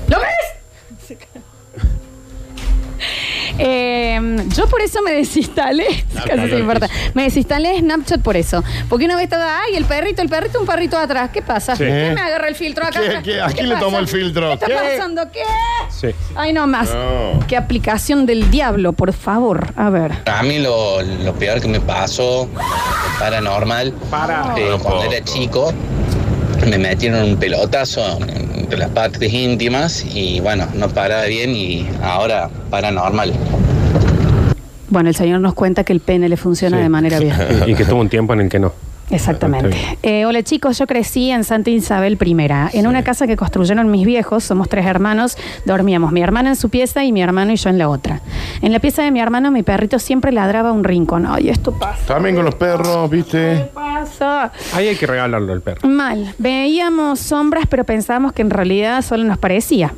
¿Lo ves? Eh, yo por eso me desinstalé, casi se importa. Me desinstalé Snapchat por eso. Porque una vez estaba, ay, el perrito, el perrito, un perrito atrás. ¿Qué pasa?
Sí.
¿Quién me agarra el filtro acá?
¿Qué, qué? ¿A quién le
pasa?
tomó el filtro?
¿Qué está
¿Qué?
pasando? ¿Qué?
Sí.
Ay, no más.
No.
Qué aplicación del diablo, por favor. A ver.
A mí lo, lo peor que me pasó, paranormal,
Para.
eh, cuando era chico, me metieron un pelotazo entre las partes íntimas y bueno, no paraba bien y ahora paranormal.
Bueno, el señor nos cuenta que el pene le funciona
Sí.
de manera bien.
Y, y que tuvo un tiempo en el que no.
Exactamente.
Está
Eh, hola chicos, yo crecí en Santa Isabel I, en una casa que construyeron mis viejos, somos tres hermanos, dormíamos mi hermana en su pieza y mi hermano y yo en la otra. En la pieza de mi hermano mi perrito siempre ladraba a un rincón. Ay, esto pasa.
También con los perros,
¿Qué
¿viste?
pasa?
Ahí hay que regalarlo al perro.
Mal. Veíamos sombras, pero pensábamos que en realidad solo nos parecía.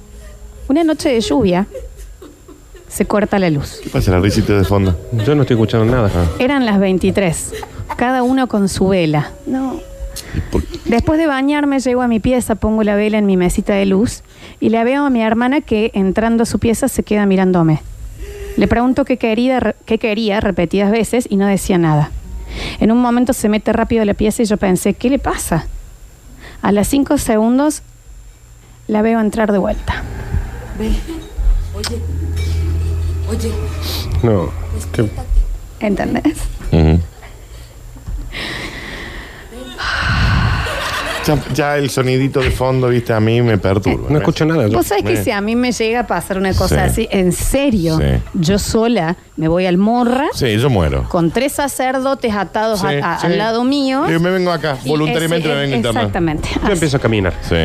Una noche de lluvia se corta la luz.
¿Qué pasa la risita de fondo? Ah.
Yo no estoy escuchando nada.
Eran las 23, cada uno con su vela. No. Después de bañarme, llego a mi pieza, pongo la vela en mi mesita de luz y la veo a mi hermana que, entrando a su pieza, se queda mirándome. Le pregunto qué quería, qué quería repetidas veces y no decía nada. En un momento se mete rápido a la pieza y yo pensé, ¿qué le pasa? A las cinco segundos la veo entrar de vuelta.
No. qué-
¿Entendés?
Ujú. Ya, ya el sonidito de fondo, viste, a mí me perturba. Eh.
No escucho nada. yo.
Vos sabés que
bien.
si a mí me llega a pasar una cosa
Sí.
así, en serio,
Sí.
yo sola me voy al morra
Sí, yo muero.
con tres sacerdotes atados
Sí,
a- a-
sí.
al lado mío.
Yo Eh, me vengo acá,
Y
voluntariamente
ese-
me vengo a internar.
Exactamente.
Yo empiezo a caminar.
Sí.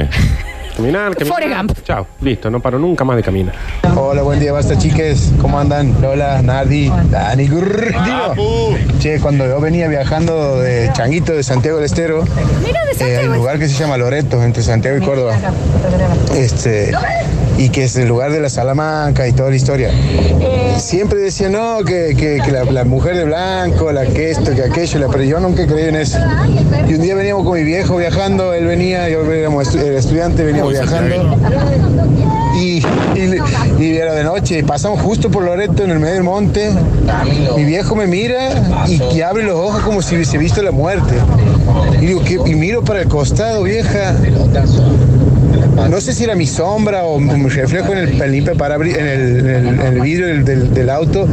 Caminar,
Forrest
caminar.
Gump.
Chao. Listo, no paro nunca más de caminar.
Hola, buen día, basta chiques. ¿Cómo andan? Lola, Nardi, Dani, grrr, Dino.
Papu.
Che, cuando yo venía viajando de Changuito de Santiago del Estero,
Mira de
eh, hay un
Santiago.
lugar que se llama Loreto, entre Santiago y Córdoba. Este, y que es el lugar de la Salamanca y toda la historia.
Eh.
Siempre decían, no, que, que- que la, la mujer de blanco, la que esto, que aquello, la, pero yo nunca creí en eso. Y un día veníamos con mi viejo viajando, él venía, yo éramos estu- era estudiante, veníamos
Muy
viajando. Y, y le- y era de noche, y pasamos justo por Loreto en el medio del monte. Mi viejo me mira y, y abre los ojos como si hubiese visto la muerte. Y digo, ¿qué? y miro para el costado, vieja. No sé si era mi sombra o mi reflejo en el, limpia parabri- en el, en el- en el vidrio del, del- del auto,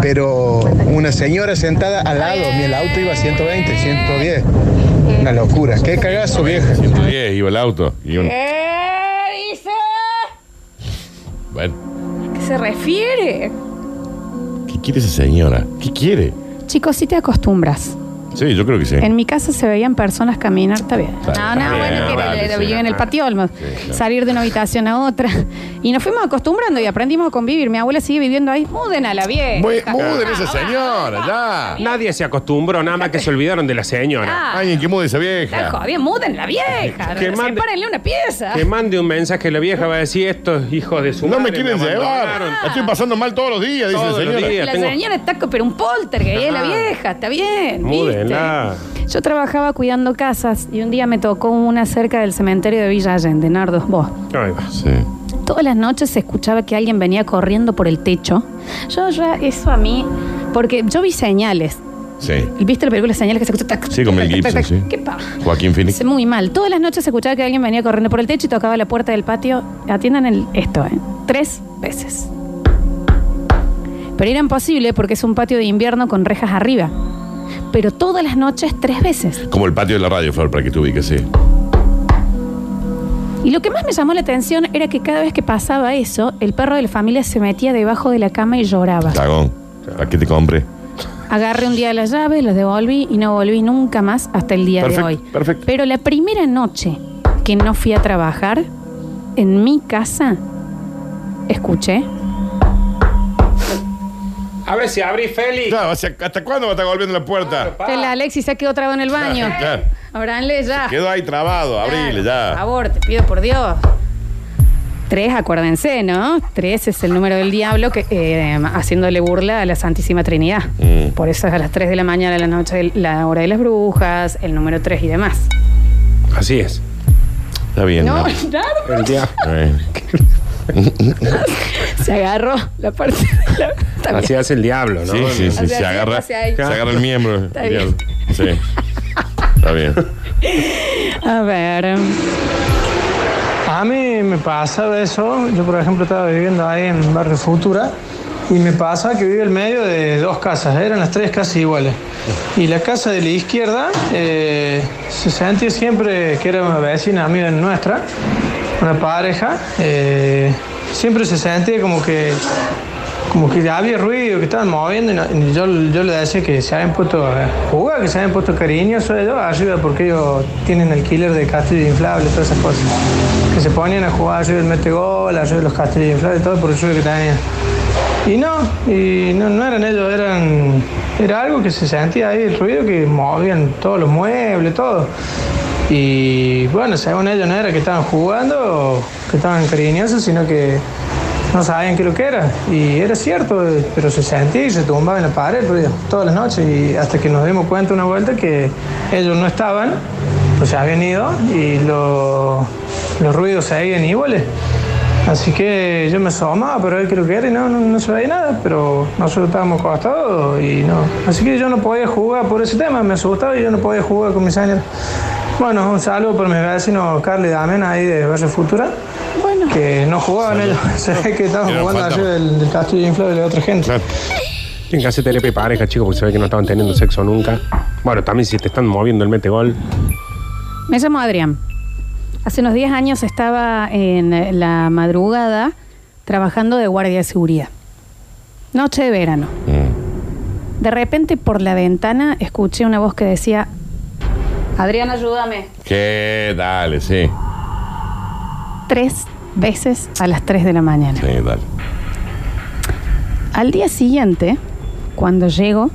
pero una señora sentada al lado, mi el auto iba a 120, 110. Una locura. Qué cagazo, vieja.
110 iba el auto. Y un...
¿Qué dice?
Bueno,
¿A qué se refiere?
¿qué quiere esa señora? ¿Qué quiere?
Chicos, si te acostumbras.
Sí, yo creo que sí.
En mi casa se veían personas caminar, está bien.
Está
No,
bien,
no, bueno, que
vale,
era- era-
sí,
vivía en el
claro.
patio Olmos.
claro.
Salir de una habitación a otra. Y nos fuimos acostumbrando y aprendimos a convivir. Mi abuela sigue viviendo ahí. Muden a la vieja.
Muy, muden
Ah,
esa señora, ya.
Nadie se acostumbró, nada más que se olvidaron de la señora.
Ah,
Alguien que mude esa
está
vieja.
jodida, muden la vieja.
Que mande-
Sepárenle una pieza.
Que mande un mensaje, la vieja va a decir, estos hijos de su
No me
madre
quieren llevar.
abandonaron".
La estoy pasando mal todos los días, dice
Todos los
la señora.
días.
La
tengo-
señora está co- pero un poltergeist, es la
Ajá.
vieja, está bien. ¿viste?
Múdenla.
Yo trabajaba cuidando casas y un día me tocó una cerca del cementerio de Villa Allende, Nardo, vos.
Ahí va.
Sí.
Todas las noches se escuchaba que alguien venía corriendo por el techo. Yo ya, eso a mí, porque yo vi señales.
Sí.
¿Viste la película Señales que se escucha? tac,
Sí, con
tac,
Mel Gibson,
tac, tac,
sí.
¿Qué pa?
Joaquín Phoenix.
Es muy mal. Todas las noches se escuchaba que alguien venía corriendo por el techo y tocaba la puerta del patio. Atiendan el, esto, ¿eh? Tres veces. Pero era imposible porque es un patio de invierno con rejas arriba. Pero todas las noches, tres veces.
Como el patio de la radio, Flor, para que te ubiques, sí.
Y lo que más me llamó la atención era que cada vez que pasaba eso, el perro de la familia se metía debajo de la cama y lloraba.
Cagón. Para que te compre.
Agarré un día las llaves, los devolví y no volví nunca más hasta el día
Perfecto,
de hoy.
perfecto.
Pero la primera noche que no fui a trabajar, en mi casa, escuché.
A ver si abrís, Félix.
Claro, o sea, ¿hasta cuándo va a estar golpeando la puerta?
Que la Alexis se quedó trabado en el baño.
Claro.
Abranle ya.
Quedó ahí trabado, abrile
Por
ya.
favor, te pido por Dios. Tres, acuérdense, ¿no? Tres es el número del diablo que eh, haciéndole burla a la Santísima Trinidad.
Mm.
Por eso es a las tres de la mañana, la noche, la hora de las brujas, el número tres y demás.
Así es.
Está bien.
No,
¿no?
claro.
El día-
Eh,
Se agarró la parte de la. Está bien.
Así hace el diablo, ¿no?
Sí, sí, sí.
O sea,
Se
siempre
agarra,
hacia ahí.
se agarra el miembro.
Está bien.
Sí. Está bien.
A ver.
A mí me pasa eso. Yo, por ejemplo, estaba viviendo ahí en Barrio Futura y me pasa que vive el medio de dos casas. Eran las tres casas iguales. Y la casa de la izquierda eh, se sentía siempre que era una vecina amiga nuestra, una pareja. eh, siempre se sentía como que como que había ruido, que estaban moviendo y, no- y yo, yo le decía que se habían puesto a jugar, que se habían puesto cariñosos ellos arriba porque ellos tienen alquiler de castillo inflable, todas esas cosas. Que se ponían a jugar arriba el mete gol, arriba de los castillos inflables, todo por el ruido que tenían. Y no, y no, no eran ellos, eran, era algo que se sentía ahí, el ruido que movían todos los muebles, todo. Y bueno, según ellos no era que estaban jugando o que estaban cariñosos, sino que no sabían qué lo que era. Y era cierto, eh, pero se sentía y se tumbaba en la pues, pared ruido, todas las noches. Y hasta que nos dimos cuenta una vuelta que ellos no estaban O sea, habían ido y lo- los ruidos seguían iguales. Así que yo me asomaba, pero él creo que era y no, no, no se veía nada, pero nosotros estábamos acostados y no. Así que yo no podía jugar por ese tema, me asustaba y yo no podía jugar con mis años. Bueno, un saludo por mis vecinos Carly y Damián ahí de Barrio Futura. Que no jugaban ellos, se ve que estaban
Era
jugando
fantasma.
ayer del, del castillo inflable de otra gente.
Tienen que hacer terapia de pareja, chicos, porque se ve que no estaban teniendo sexo nunca. Bueno, también si te están moviendo el metegol.
Me llamo Adrián. Hace unos 10 años estaba en la madrugada trabajando de guardia de seguridad. Noche de verano. De repente por la ventana escuché una voz que decía, Adrián, ayúdame.
¿Qué? Dale, sí.
Tres veces a las 3 de la mañana.
Sí, dale.
Al día siguiente, cuando llego,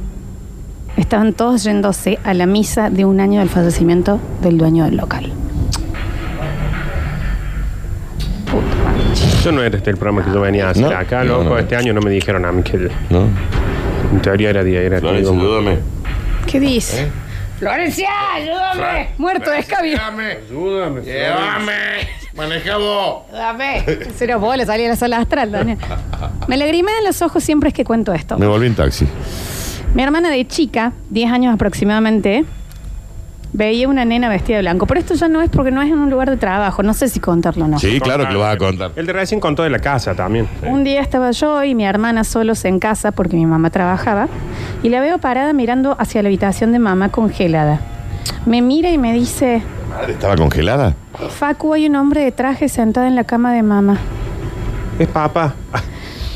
estaban todos yéndose a la misa de un año del fallecimiento del dueño del local.
Yo no era este el programa que yo venía a hacer
No,
acá,
no,
loco.
no.
Este año no me dijeron a mí que
¿No?
en teoría era día. Era
Florencia,
digo,
ayúdame.
¿Qué dice?
¿Eh?
Florencia, ayúdame. Muerto de escabio.
Ayúdame.
¡Llévame! ¡Maneja vos!
Dame. Cero bola, salí de la sala astral, Daniel. Me lagrimean los ojos siempre es que cuento esto.
Me volví en taxi.
Mi hermana de chica, 10 años aproximadamente, veía una nena vestida de blanco. Pero esto ya no es porque no es en un lugar de trabajo. No sé si contarlo o no.
Sí, claro que lo vas a contar.
El de recién contó de la casa también.
Un día estaba yo y mi hermana solos en casa porque mi mamá trabajaba y la veo parada mirando hacia la habitación de mamá congelada. Me mira y me dice,
Madre, ¿Estaba congelada?
Facu, hay un hombre de traje sentado en la cama de mamá.
Es papá. Ah,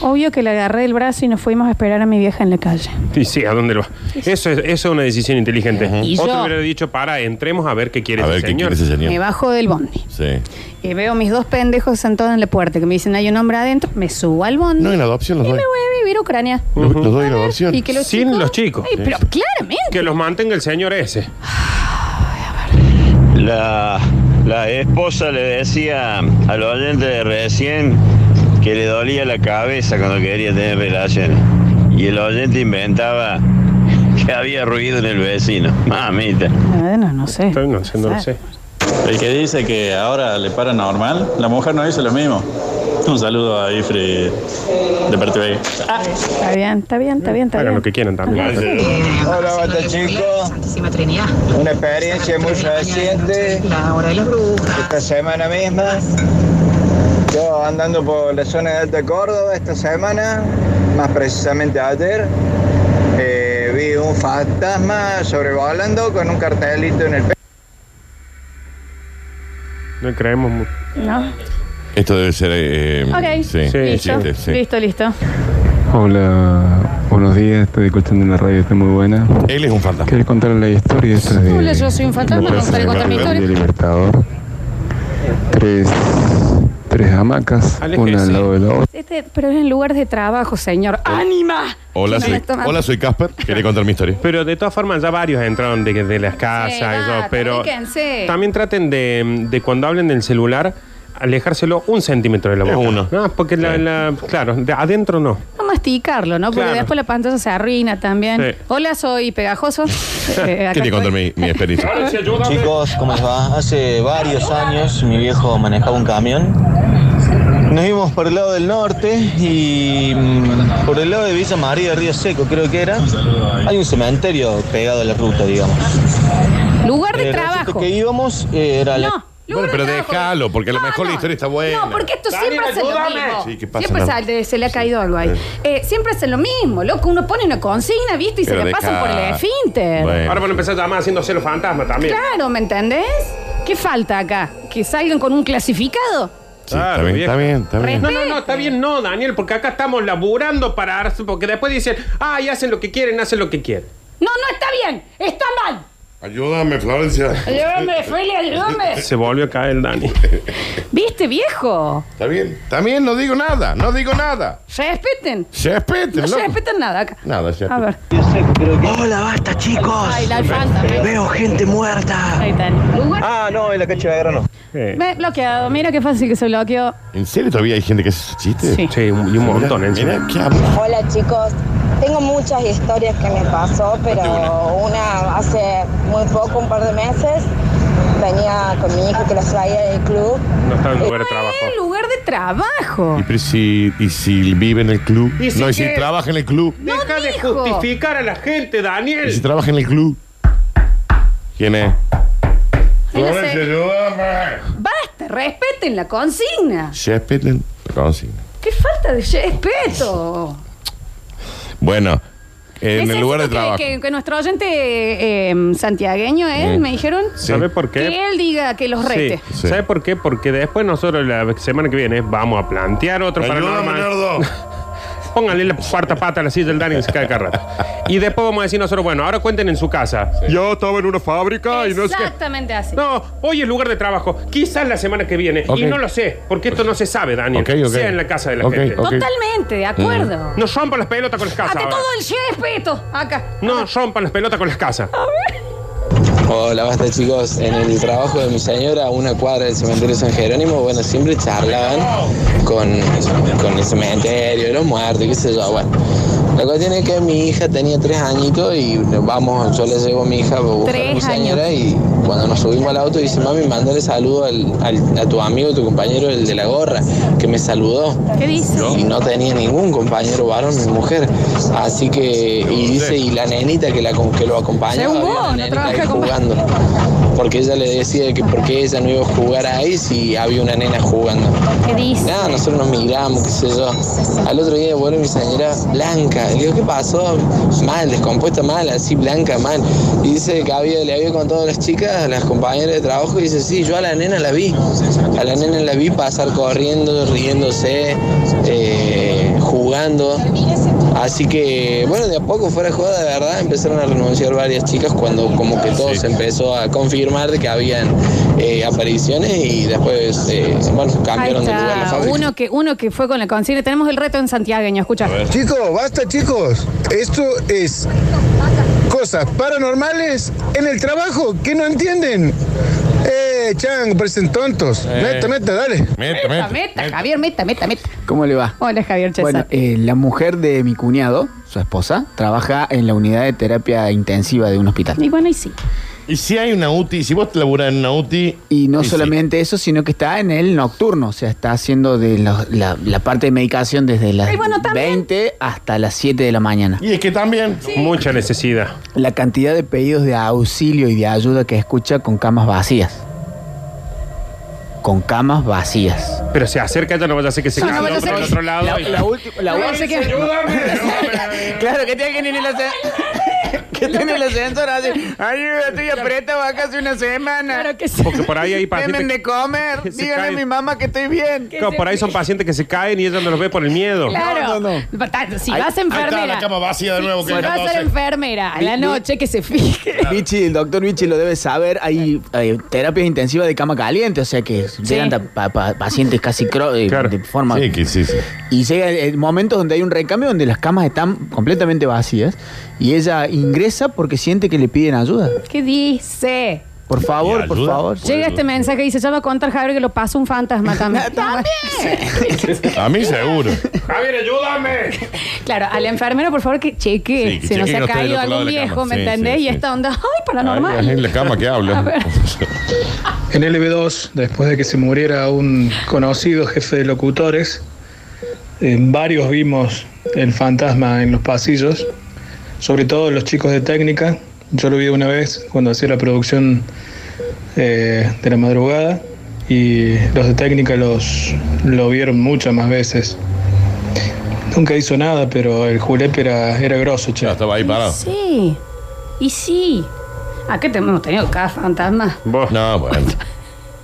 Obvio que le agarré el brazo y nos fuimos a esperar a mi vieja en la calle.
Y sí, ¿a dónde lo va? Eso es, eso es una decisión inteligente.
Y
Otro
yo-
hubiera dicho, para, entremos a ver qué quiere
A
ese
ver qué
señor.
quiere ese
Me
señor.
bajo del bondi
Sí.
y veo mis dos pendejos sentados en la puerta que me dicen hay un hombre adentro. Me subo al bondi
No,
y
en adopción los
me
doy.
voy a vivir a Ucrania.
Los los doy en adopción.
Ah, Y que los
Sin
chicos...
los chicos.
Ay, pero claramente.
Que los mantenga el señor ese.
La, la esposa le decía al oyente de recién que le dolía la cabeza cuando quería tener relaciones. Y el oyente inventaba que había ruido en el vecino. Mamita.
No, no, no sé.
Entonces, No sé, no lo sé.
El que dice que ahora le para normal, la mujer no dice lo mismo. Un saludo a Ifre de parte de
Está bien, está bien, está bien, está
Hagan
bien.
lo que quieran también.
Hola, basta chicos.
Santísima Trinidad.
Una experiencia muy reciente.
La hora de las brujas.
Esta semana misma, yo andando por la zona de Alta Córdoba esta semana, más precisamente ayer, eh, vi un fantasma sobrevolando con un cartelito en el pecho.
No creemos mucho.
No.
Esto debe ser. eh,
Ok.
Sí,
Sí,
sí,
listo.
sí, sí. Eh,
listo, listo.
Hola, buenos días, estoy escuchando en la radio, está muy buena.
Él es un fantasma.
¿Querés contar la historia? Esta de,
Hola, yo soy un fantasma,
me
me
gustaría
gustaría
contar
contar mi
mi
de
historia.
Libertador. Tres, tres hamacas,
Aléjese.
una al lado de la otra.
Este, pero es en lugar de trabajo, señor. ¡Ánima!
Eh. Hola,
No
soy,
me toman.
hola, soy Casper. Quería contar mi historia.
Pero de todas formas, ya varios entraron de, de las casas.
Sí,
y todo,
basta,
pero
ubíquense.
también traten de, de cuando hablen del celular, alejárselo un centímetro de la
Es
boca.
uno.
No, porque la, la- claro, de adentro no.
No masticarlo, ¿no? Porque
Claro.
después la pantalla se arruina también.
Sí.
Hola, soy pegajoso. Eh, acá
Quería contar
estoy.
mi, mi experiencia.
Chicos, ¿cómo les va? Hace varios años mi viejo manejaba un camión. Nos íbamos por el lado del norte y mm, por el lado de Villa María, Río Seco creo que era. Hay un cementerio pegado a la ruta, digamos.
Lugar de
Eh,
El
trabajo.
que íbamos eh, era la-
No.
Bueno,
lugar
pero
de trabajo.
déjalo, porque a lo mejor la historia está buena.
No, porque esto
Daniel,
siempre hace lo
ayúdame.
mismo.
Sí, ¿qué pasa,
siempre
Nardo?
sale- se le ha caído algo ahí. Eh, siempre hace lo mismo, loco. Uno pone una consigna, ¿viste? Y se
Pero
la pasan
deja-
por el esfínter.
Bueno.
Ahora van a empezar a llamar haciéndose los fantasmas también.
Claro, ¿me entendés? ¿Qué falta acá? ¿Que salgan con un clasificado?
Sí, está bien,
vieja.
está bien, está bien.
No, no, no, está bien, no, Daniel, porque acá estamos laburando para arse, porque después dicen, ay, hacen lo que quieren, hacen lo que quieren.
No, no está bien. Está mal.
Ayúdame, Florencia.
Ayúdame, Feli, ayúdame.
Se volvió a caer el Dani.
¿Viste, viejo?
Está bien. También no digo nada, no digo nada.
Respeten.
Se respete,
No se
loco.
respetan nada acá.
Nada, se
A ver.
Hola, basta chicos.
Ay, la alfanta.
Veo gente muerta.
Ahí está. Lugar-
Ah, no, en la cacha de grano.
Eh,
Me he bloqueado. Mira qué fácil que se bloqueó.
¿En serio todavía hay gente que hace esos chistes?
Sí.
Sí, un- y un montón, ¿eh?
Mira, qué amor.
Hola chicos, tengo muchas historias que me pasó, pero una hace muy poco, un par de meses, venía con mi hijo que los traía del club.
No está en lugar de trabajo.
En lugar de trabajo.
Y pero si, y si vive en el club.
¿Y si
no, y si
qué?
trabaja en el club.
Deja de
dijo.
justificar a la gente,
Y si
Daniel.
trabaja en el club. ¿Quién es?
En la se- Basta, respeten la consigna.
Shakespeare. la consigna.
¡Qué falta de respeto!
Bueno, en
Ese
el lugar de
éxito que-
trabajo.
Que, que nuestro oyente eh, eh, santiagueño, él,
Mm.
me dijeron.
Sí. ¿Sabe por qué?
Que él diga que los rete.
Sí. ¿Sabe por qué? Porque después nosotros la semana que viene vamos a plantear otro
Ayuda, Menardo.
paranormal. Pónganle la cuarta pata a la silla del Daniel y se cae cada rato. Y después vamos a decir nosotros, bueno, ahora cuenten en su casa. Yo estaba en una fábrica y no es que...
Exactamente así.
No, hoy es lugar de trabajo. Quizás la semana que viene.
Ok.
Y no lo sé, porque esto no se sabe, Daniel.
Ok, ok.
Sea en la casa de la
Ok,
gente. Mm.
ok.
Totalmente, de acuerdo.
No rompan las pelotas con las casas.
Ante
ahora.
todo el respeto, acá.
No rompan las pelotas con las casas.
Hola, basta chicos. En el trabajo de mi señora, a una cuadra del cementerio San Jerónimo, bueno, siempre charlaban con, con el cementerio, los muertos, qué sé yo. Bueno, la cuestión es que mi hija tenía tres añitos y vamos, yo le llevo a mi hija a buscar a mi
Tres
señora
años.
y cuando nos subimos al auto dice, mami, mándale saludo al- al- a tu amigo, tu compañero, el de la gorra, que me saludó.
¿Qué dice?
Y no tenía ningún compañero varón ni mujer. Así que, y dice, y la nenita que, la, que lo acompañaba.
Según
había
vos,
una
no
nenita
trabaja
ahí
con-
jugando. Porque ella le decía que por qué ella no iba a jugar ahí si había una nena jugando.
¿Qué dice?
Nada, nosotros nos miramos, qué sé yo. Al otro día vuelve mi señora blanca. Le digo, ¿qué pasó? Mal, descompuesta mal, así blanca, mal. Y dice que había, le había contado a las chicas, a las compañeras de trabajo, y dice, sí, yo a la nena la vi. A la nena la vi pasar corriendo, riéndose, eh, jugando. Así que, bueno, de a poco fuera de joda, de verdad, empezaron a renunciar varias chicas cuando como que todo se empezó a confirmar de que habían eh, apariciones y después, eh, bueno,
Ahí
cambiaron de lugar la
está.
fábrica.
Uno que, uno que fue con la consigna. Tenemos el reto en santiagueño, escucha.
Chicos, basta chicos. Esto es cosas paranormales en el trabajo que no entienden. Eh, Chan, parecen tontos.
Eh.
Meta, meta, dale.
Meta, meta, Javier, meta, meta, meta.
¿Cómo le va?
Hola, Javier Chesa.
Bueno, eh, la mujer de mi cuñado, su esposa, trabaja en la unidad de terapia intensiva de un hospital.
Y bueno, y sí.
Y si hay una UTI, si vos laburás en una UTI. Y no solamente eso, sino que está en el nocturno, o sea, está haciendo de la, la- la parte de medicación desde las
Y bueno, también.
20 hasta las 7 de la mañana.
Y es que también.
Mucha necesidad.
La cantidad de pedidos de auxilio y de ayuda que escucha con camas vacías. Con camas vacías.
Pero se acerca ella, no vaya a ser que se
No,
caiga
no vaya a ser
por
que-
el otro lado.
la-
y-
la última- la última- Claro, que tiene que venir el ascensor. que tiene el ascensor así. Ay, yo estoy apretado acá hace una semana. Claro
que
Porque por ahí hay pacientes
Denme de comer.
que se
Díganle a
caen.
mi mamá que estoy bien.
Claro, por ahí son pacientes que se caen y ella no los ve por el miedo.
Claro. Ta- Si vas enfermera.
de nuevo,
Si vas a ser enfermera a la
Vi- vi-
noche, que se fije.
Vichy, el doctor Vichy lo debe saber. Hay, hay terapias intensivas de cama caliente, o sea que llegan ta- pa- pa- pacientes casi cro- eh, de forma.
Sí, que sí, sí.
Y llega el- el momento donde hay un recambio, donde las camas están completamente vacías y ella ingresa porque siente que le piden ayuda.
¿Qué dice?
Por favor, por favor.
Llega este mensaje y dice, ya va a contar Javier que lo pasa un fantasma también.
A mí seguro.
Javier, ayúdame.
Claro, a la enfermera, por favor, que cheque
Sí, que
si
cheque que no
no se ha
esté del
caído
otro lado
algún
de la
viejo,
cama.
¿me
Sí,
entendés?
sí,
y
sí.
esta onda, ¡ay,
Ahí
paranormal!
en la cama que habla.
A ver.
En LB2, después de que se muriera un conocido jefe de locutores, eh, varios vimos el fantasma en los pasillos, sobre todo los chicos de técnica. Yo lo vi una vez cuando hacía la producción eh, de la madrugada y los de técnica los, lo vieron muchas más veces. Nunca hizo nada, pero el julepe era, era grosso, che.
estaba ahí parado.
Sí, y sí. ¿A qué te hemos tenido cada fantasma?
No, bueno.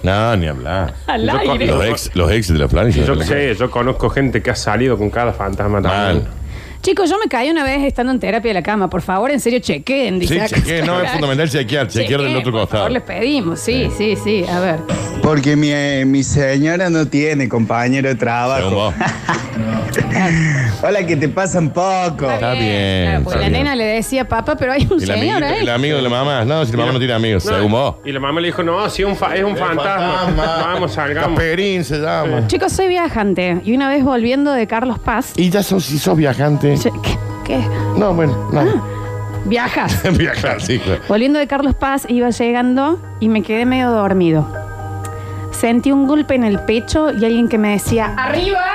No, ni hablar.
Al Yo con- aire.
Los ex, los ex de la plancha.
Yo sé, yo conozco gente que ha salido con cada fantasma también.
Chicos, yo me caí una vez estando en terapia de la cama. Por favor, en serio, chequen.
Sí,
dice acá.
chequeé, no, es fundamental chequear, chequear del
Chequen,
pues,
otro
Por favor,
costado.
les pedimos. Sí, sí, sí. A ver.
Porque mi, eh, mi señora no tiene compañero de trabajo. Hola, que te pasan poco.
Está bien, Claro, porque la nena le decía papá, pero hay un
El,
señor eh.
amiguito-
ahí.
el amigo de la mamá. No, si la mamá no tiene amigos, según vos.
Y la mamá le dijo, no, sí, un fa- es un fantasma. Vamos, salgamos.
Caperín se llama.
Chicos, soy viajante y una vez volviendo de Carlos Paz.
Y ya sos, si sos viajante.
¿Qué? Ah.
No, bueno, no.
Viajas.
Viajar, sí, claro.
Volviendo de Carlos Paz, iba llegando y me quedé medio dormido. Sentí un golpe en el pecho y alguien que me decía, ¡Arriba!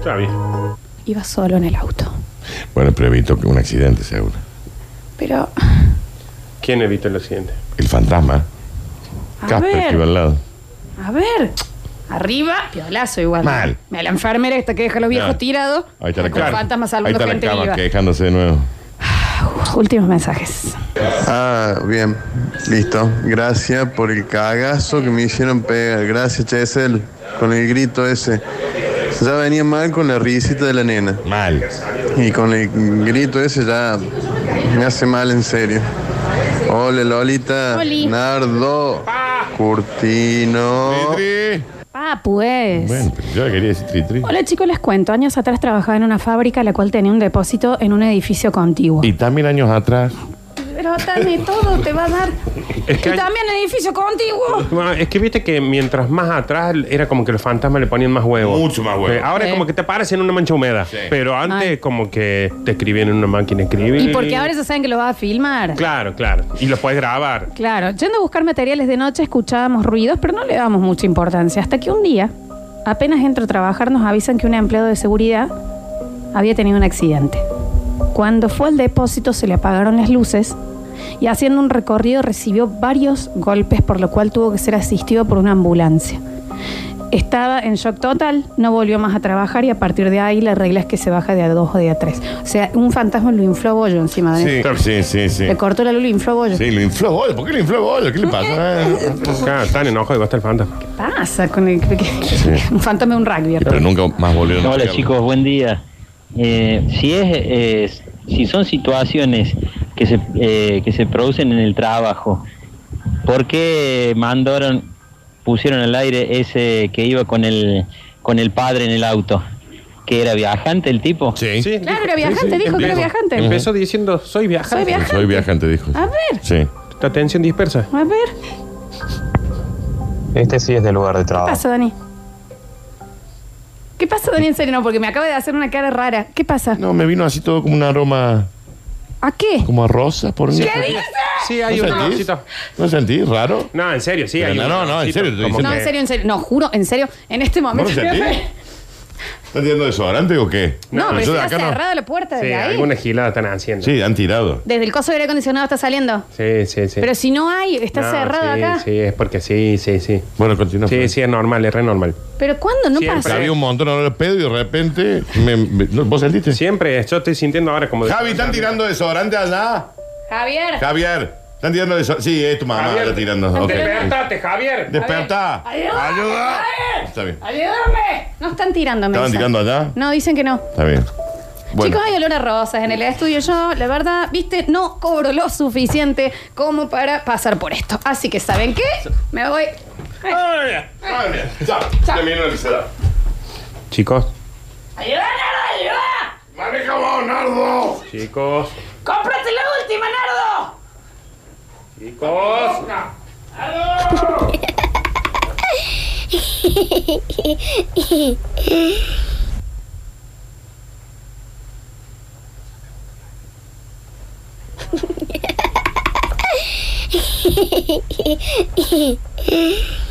Está bien.
Iba solo en el auto.
Bueno, pero evitó que un accidente seguro.
Pero,
¿Quién evitó el accidente?
El fantasma.
a
Casper que
ver,
iba al lado.
a ver. Arriba, piolazo igual.
Mal. Ah.
A la enfermera esta que deja a los viejos
Claro.
tirados.
Ahí está la
con
cama.
fantasmas
Ahí
salvando
está la
gente
cama
viva.
quejándose de nuevo.
Últimos mensajes.
Ah, bien, listo. Gracias por el cagazo que me hicieron pegar. Gracias, Chesel, con el grito ese. Ya venía mal con la risita de la nena.
Mal.
Y con el grito ese ya me hace mal en serio. Hola, Lolita.
Oli.
Nardo. Curtino.
Ah, pues.
Bueno, pero yo quería decir tri tri.
Hola chicos, les cuento. Años atrás trabajaba en una fábrica la cual tenía un depósito en un edificio contiguo.
Y también años atrás.
Pero Tami, todo te va a dar.
Es que
y
hay-
también el edificio contiguo.
Bueno, es que viste que mientras más atrás era como que los fantasmas le ponían más huevo. Mucho más
huevo.
ahora
Sí.
como que te aparecen en una mancha húmeda. Pero antes como que te escribían en una máquina de escribir.
Y porque ahora ya saben que lo vas a filmar.
Claro, claro. Y los puedes grabar.
Claro, yendo a buscar materiales de noche escuchábamos ruidos, pero no le damos mucha importancia. Hasta que un día, apenas entro a trabajar, nos avisan que un empleado de seguridad había tenido un accidente. Cuando fue al depósito se le apagaron las luces y haciendo un recorrido recibió varios golpes, por lo cual tuvo que ser asistido por una ambulancia. Estaba en shock total, no volvió más a trabajar y a partir de ahí la regla es que se baja de a dos o de a tres. O sea, un fantasma lo infló bollo encima de
Sí,
él.
sí, sí. sí.
Le cortó la luz y lo infló bollo.
Sí, lo infló bollo. ¿Por qué lo infló bollo? ¿Qué le pasa? Eh,
Claro, están enojados de Costa el Fantasma.
pasa con el que- un fantasma de un rugby?
Pero nunca más volvieron a
Hola
buscarlo.
chicos, buen día. Eh, si es, es- si son situaciones que se, eh, que se producen en el trabajo, ¿por qué mandaron, pusieron al aire ese que iba con el con el padre en el auto? ¿Que era viajante el tipo?
Sí.
Claro, era viajante, dijo que era viajante.
Empezó diciendo, soy viajante.
Soy viajante.
Soy viajante, dijo.
A ver,
Sí.
La atención dispersa.
a ver, ¿qué
Este sí es del lugar de
Ah.
trabajo.
pasa, Dani? ¿Qué pasa, Dani, en serio? No, porque me acaba de hacer una cara rara. ¿Qué pasa?
No, me vino así todo como un aroma,
¿A qué?
como a rosas por mí.
¿Qué dices?
Sí, hay
¿No
un
sentís?
olorcito.
¿No sentís raro?
No, en serio, sí.
Pero
hay
no,
un
no, no, en
olorcito.
serio, te
Como
dicen
No,
que-
en serio, en serio. No, juro, en serio. En este momento.
¿Vos lo sentís? ¿Estás tirando desodorantes o qué?
No, pero
yo
si
de
está
acá no.
cerrada la puerta desde
Sí,
ahí.
alguna gilada están haciendo.
Sí, han tirado.
Desde el coso de aire acondicionado está saliendo.
Sí, sí, sí.
Pero si no hay, está
No,
cerrado
sí,
acá.
Sí, es porque sí, sí, sí.
Bueno, continúa.
Sí, sí, es normal, es re normal.
¿Pero cuándo? No
Siempre.
pasa.
Había un montón de pedo y de repente. me- me- no, ¿Vos sentiste?
Siempre, yo estoy sintiendo ahora como.
Javi, ¿están tirando desodorante allá?
Javier.
Javier, ¿están tirando desodorante? Sí, es tu mamá
Javier,
está tirando. ok.
Despertate, Javier.
Despertá.
Ayuda.
Ayuda. Está bien.
¡Ayúdame! No están tirándome.
¿Estaban tirando allá?
No, dicen que no.
Está bien. Bueno,
Chicos, hay olor a rosas en el estudio. Yo, la verdad, viste, no cobro lo suficiente como para pasar por esto. Así que, ¿saben qué? Me voy.
Chao. Terminó el celular.
Chicos,
¡Ayuda, Nardo, ayuda!
¡Maneja vos, Nardo!
chicos,
¡Cómprate la última, Nardo!
chicos.
Hehehehe